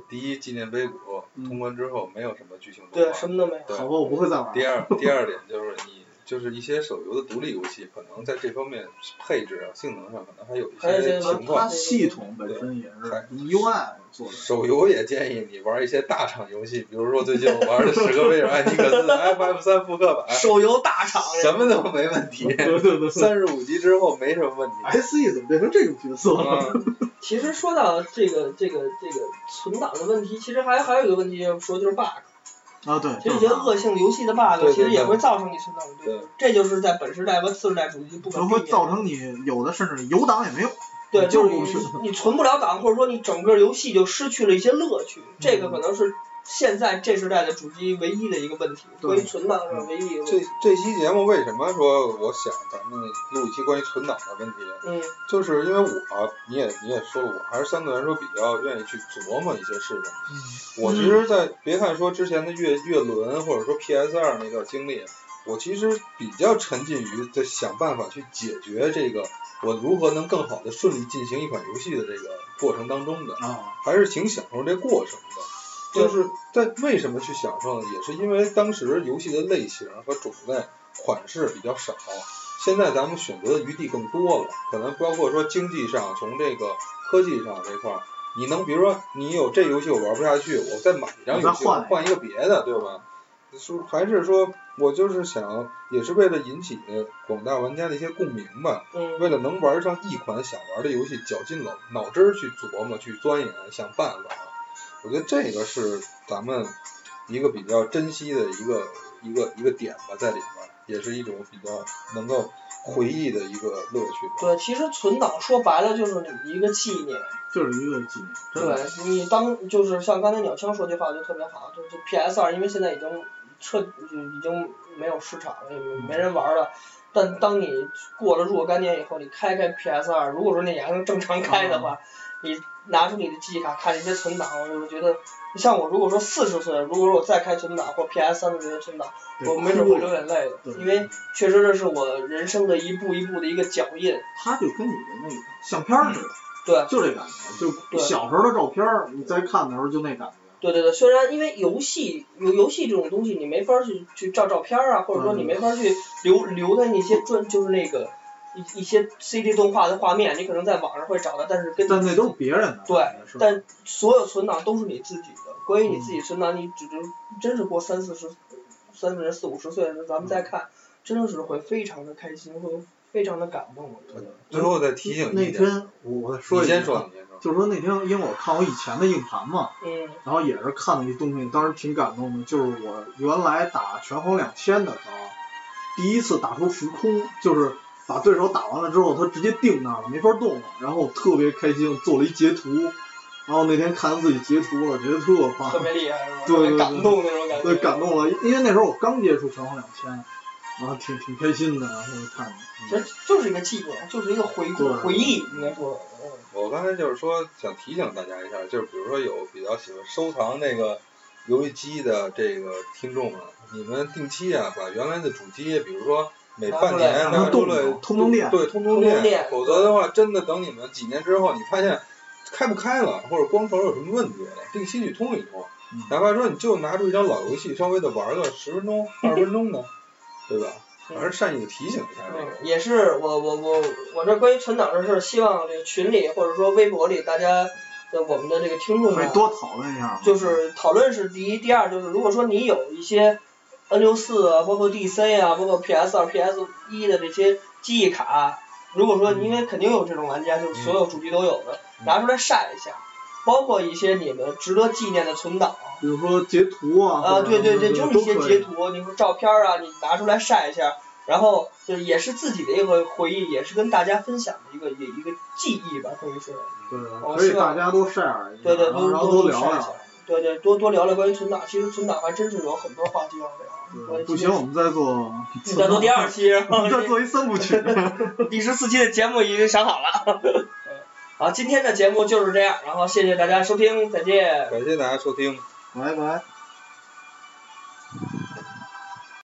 Speaker 2: 第一，纪念碑谷通关之后没有什么剧情动
Speaker 4: 嗯对，
Speaker 2: 画
Speaker 4: 什么都没有。
Speaker 2: 对
Speaker 3: 好吧，我不会再玩
Speaker 2: 第
Speaker 3: 了。
Speaker 2: 二，第二点就是你就是一些手游的独立游戏，可能在这方面配置啊、性能上可能还有一
Speaker 4: 还有一
Speaker 2: 些
Speaker 4: 些
Speaker 2: 情
Speaker 3: 它
Speaker 2: 况。
Speaker 3: 系统本身也是
Speaker 2: 对
Speaker 3: UI 做的。
Speaker 2: 手游也建议你玩一些大厂游戏，比如说最近我玩的《史克威尔艾尼克斯》FF 三复刻版，
Speaker 4: 手游大厂，
Speaker 2: 什么都没问题，
Speaker 3: 哎对对对
Speaker 2: 三十五级之后没什么问题。
Speaker 3: ，SE E 怎么变成这种角色了？
Speaker 2: 嗯，
Speaker 4: 其实说到这个这个这个存档的问题，其实还还有一个问题要说，就是 bug。
Speaker 3: 啊，对，
Speaker 4: 其实一些恶性游戏的 bug，
Speaker 2: 对对
Speaker 4: 其实也
Speaker 2: 对
Speaker 4: 会造成你存档不
Speaker 2: 对
Speaker 4: 对，这就是在本时代和次时代主机不可
Speaker 3: 就
Speaker 4: 避
Speaker 3: 会
Speaker 4: 免的。
Speaker 3: 造成你有的甚至有档也没有。
Speaker 4: 对，就是
Speaker 3: 就是
Speaker 2: 嗯
Speaker 4: 你你存不了档，或者说你整个游戏就失去了一些乐趣，这个可能是现在这时代的主机唯一的一个问题，
Speaker 2: 对
Speaker 4: 关于存档上唯一一个问
Speaker 2: 这
Speaker 4: 题。
Speaker 2: 这期节目为什么说我想咱们录一期关于存档的问题？
Speaker 4: 嗯
Speaker 2: 就是因为我，你也你也说了，我还是相对来说比较愿意去琢磨一些事情。我其实在，别看说之前的月月轮或者说 PS 二那段经历，我其实比较沉浸于在想办法去解决这个我如何能更好的顺利进行一款游戏的这个过程当中的，
Speaker 3: 啊，
Speaker 2: 还是挺享受这过程的。就是在为什么去享受呢？也是因为当时游戏的类型和种类、款式比较少，现在咱们选择的余地更多了。可能包括说经济上，从这个科技上这块儿，你能比如说你有这游戏我玩不下去，我再买一张游戏，
Speaker 3: 我
Speaker 2: 我
Speaker 3: 再换
Speaker 2: 换
Speaker 3: 一个
Speaker 2: 一个别的，对吧？是还是说我就是想，也是为了引起广大玩家的一些共鸣吧。
Speaker 4: 嗯，
Speaker 2: 为了能玩上一款想玩的游戏，绞尽脑脑汁儿去琢磨、去钻研、想办法，啊我觉得这个是咱们一个比较珍惜的一个一个一个点吧，在里边儿也是一种比较能够回忆的一个乐趣吧。
Speaker 4: 对，其实存档说白了就是你的一个纪念。
Speaker 3: 就是一个纪念，真的。
Speaker 4: 对你当就是像刚才鸟枪说这话就特别好，就就 PS 二，因为现在已经彻就已经没有市场了，也没没人玩了。但当你过了若干年以后，你开开 PS 二，如果说你还能正常开的话，
Speaker 3: 嗯
Speaker 4: 你拿出你的记忆卡看这些存档，我就觉得，你像我如果说四十岁，如果说我再开存档或 PS 三的这些存档，
Speaker 3: 对
Speaker 4: 我没准会流眼泪的
Speaker 3: 对，
Speaker 4: 因为确实这是我人生的一步一步的一个脚印。
Speaker 3: 它就跟你的那个相片儿似的，
Speaker 4: 嗯对，
Speaker 3: 就这感觉，就
Speaker 4: 对
Speaker 3: 小时候的照片儿，你再看的时候就那感觉。
Speaker 4: 对对对，虽然因为游戏游游戏这种东西，你没法儿去去照照片儿啊，或者说你没法儿去留留它那些专就是那个一一些 CD 动画的画面，你可能在网上会找到，但是跟
Speaker 3: 但那都是别人的。
Speaker 4: 对
Speaker 3: 是吧，
Speaker 4: 但所有存档都是你自己的。关于你
Speaker 3: 嗯
Speaker 4: 自己存档，你只能真是过三四十、三四十、四五十岁的时候，咱们
Speaker 3: 嗯
Speaker 4: 再看，真的是会非常的开心，会非常的感动。我觉得，
Speaker 2: 最后再提醒
Speaker 3: 那
Speaker 2: 一点，
Speaker 3: 天我我说
Speaker 2: 你
Speaker 3: 一句啊
Speaker 2: 先说，你先说。
Speaker 3: 就是说那天因为我看我以前的硬盘嘛，
Speaker 4: 嗯
Speaker 3: 然后也是看了一东西，当时挺感动的，就是我原来打拳皇两千的时候，第一次打出浮空，就是把对手打完了之后，他直接定那儿了，没法动了，然后我特别开心，做了一截图，然后那天看到自己截图了，觉得特棒
Speaker 4: 特，别厉害是吧？
Speaker 3: 对
Speaker 4: 特
Speaker 3: 对对
Speaker 4: 别感动那种感觉。
Speaker 3: 对，感动了，因为那时候我刚接触拳皇两千，然后挺挺开心的，然后看着，嗯
Speaker 4: 其实就是一个纪念，就是一个回顾
Speaker 3: 对
Speaker 4: 回忆，应该说。嗯
Speaker 2: 我刚才就是说想提醒大家一下，就是比如说有比较喜欢收藏这个游戏机的这个听众啊，你们定期啊把原来的主机，比如说每
Speaker 4: 拿
Speaker 2: 半
Speaker 4: 出来
Speaker 2: 年
Speaker 3: 然后
Speaker 2: 拿出
Speaker 3: 动
Speaker 2: 来
Speaker 3: 动通通电，
Speaker 2: 对，通通
Speaker 4: 通
Speaker 2: 电，
Speaker 4: 电
Speaker 2: 否则的话，真的等你们几年之后，你发现开不开了，或者光头有什么问题了，定期去通一通。
Speaker 3: 嗯
Speaker 2: 哪怕说你就拿出一张老游戏，稍微的玩个十分钟、二十分钟的，对吧？
Speaker 4: 嗯
Speaker 2: 还是善意的提醒一下这
Speaker 4: 嗯
Speaker 2: 个，。
Speaker 4: 也是我我我我这关于存档这事儿，希望这个群里或者说微博里大家呃我们的这个听众
Speaker 3: 可以
Speaker 4: 们，
Speaker 3: 多讨论一下嘛，
Speaker 4: 就是讨论是第一，第二就是如果说你有一些 N 六四啊，包括 DC 啊，包括 PS 二、PS 一的这些记忆卡，如果说你因为肯定有这种玩家，就是所有主机都有的，
Speaker 2: 嗯
Speaker 4: 拿出来晒一下，包括一些你们值得纪念的存档。
Speaker 3: 比如说截图啊，
Speaker 4: 啊，
Speaker 3: 或者
Speaker 4: 对对对，
Speaker 3: 什
Speaker 4: 就
Speaker 3: 么
Speaker 4: 是
Speaker 3: 的
Speaker 4: 一些
Speaker 3: 都可以
Speaker 4: 截图，你说照片儿啊，你拿出来晒一下，然后就是也是自己的一个回忆，也是跟大家分享的一个一一个记忆吧，可以说，
Speaker 3: 对，
Speaker 4: 哦
Speaker 3: 可以
Speaker 4: 是吧
Speaker 3: 大家都 share 一下，
Speaker 4: 对对，
Speaker 3: 然
Speaker 4: 都
Speaker 3: 后然后
Speaker 4: 都
Speaker 3: 聊
Speaker 4: 晒一下
Speaker 3: 聊。，
Speaker 4: 对对，多多聊聊关于存档，其实存档还真是有很多话题
Speaker 3: [LAUGHS]
Speaker 4: 要聊，所以
Speaker 3: 嗯不
Speaker 4: 今
Speaker 3: 行，
Speaker 4: 天
Speaker 3: 我们再做，
Speaker 4: 再做第二期，然后
Speaker 3: 再做一三部曲。 [LAUGHS]
Speaker 4: 第十四期的节目已经想好了。 [LAUGHS] 好，今天的节目就是这样，然后谢谢大家收听，再见。
Speaker 2: 感谢大家收听。
Speaker 3: 拜拜。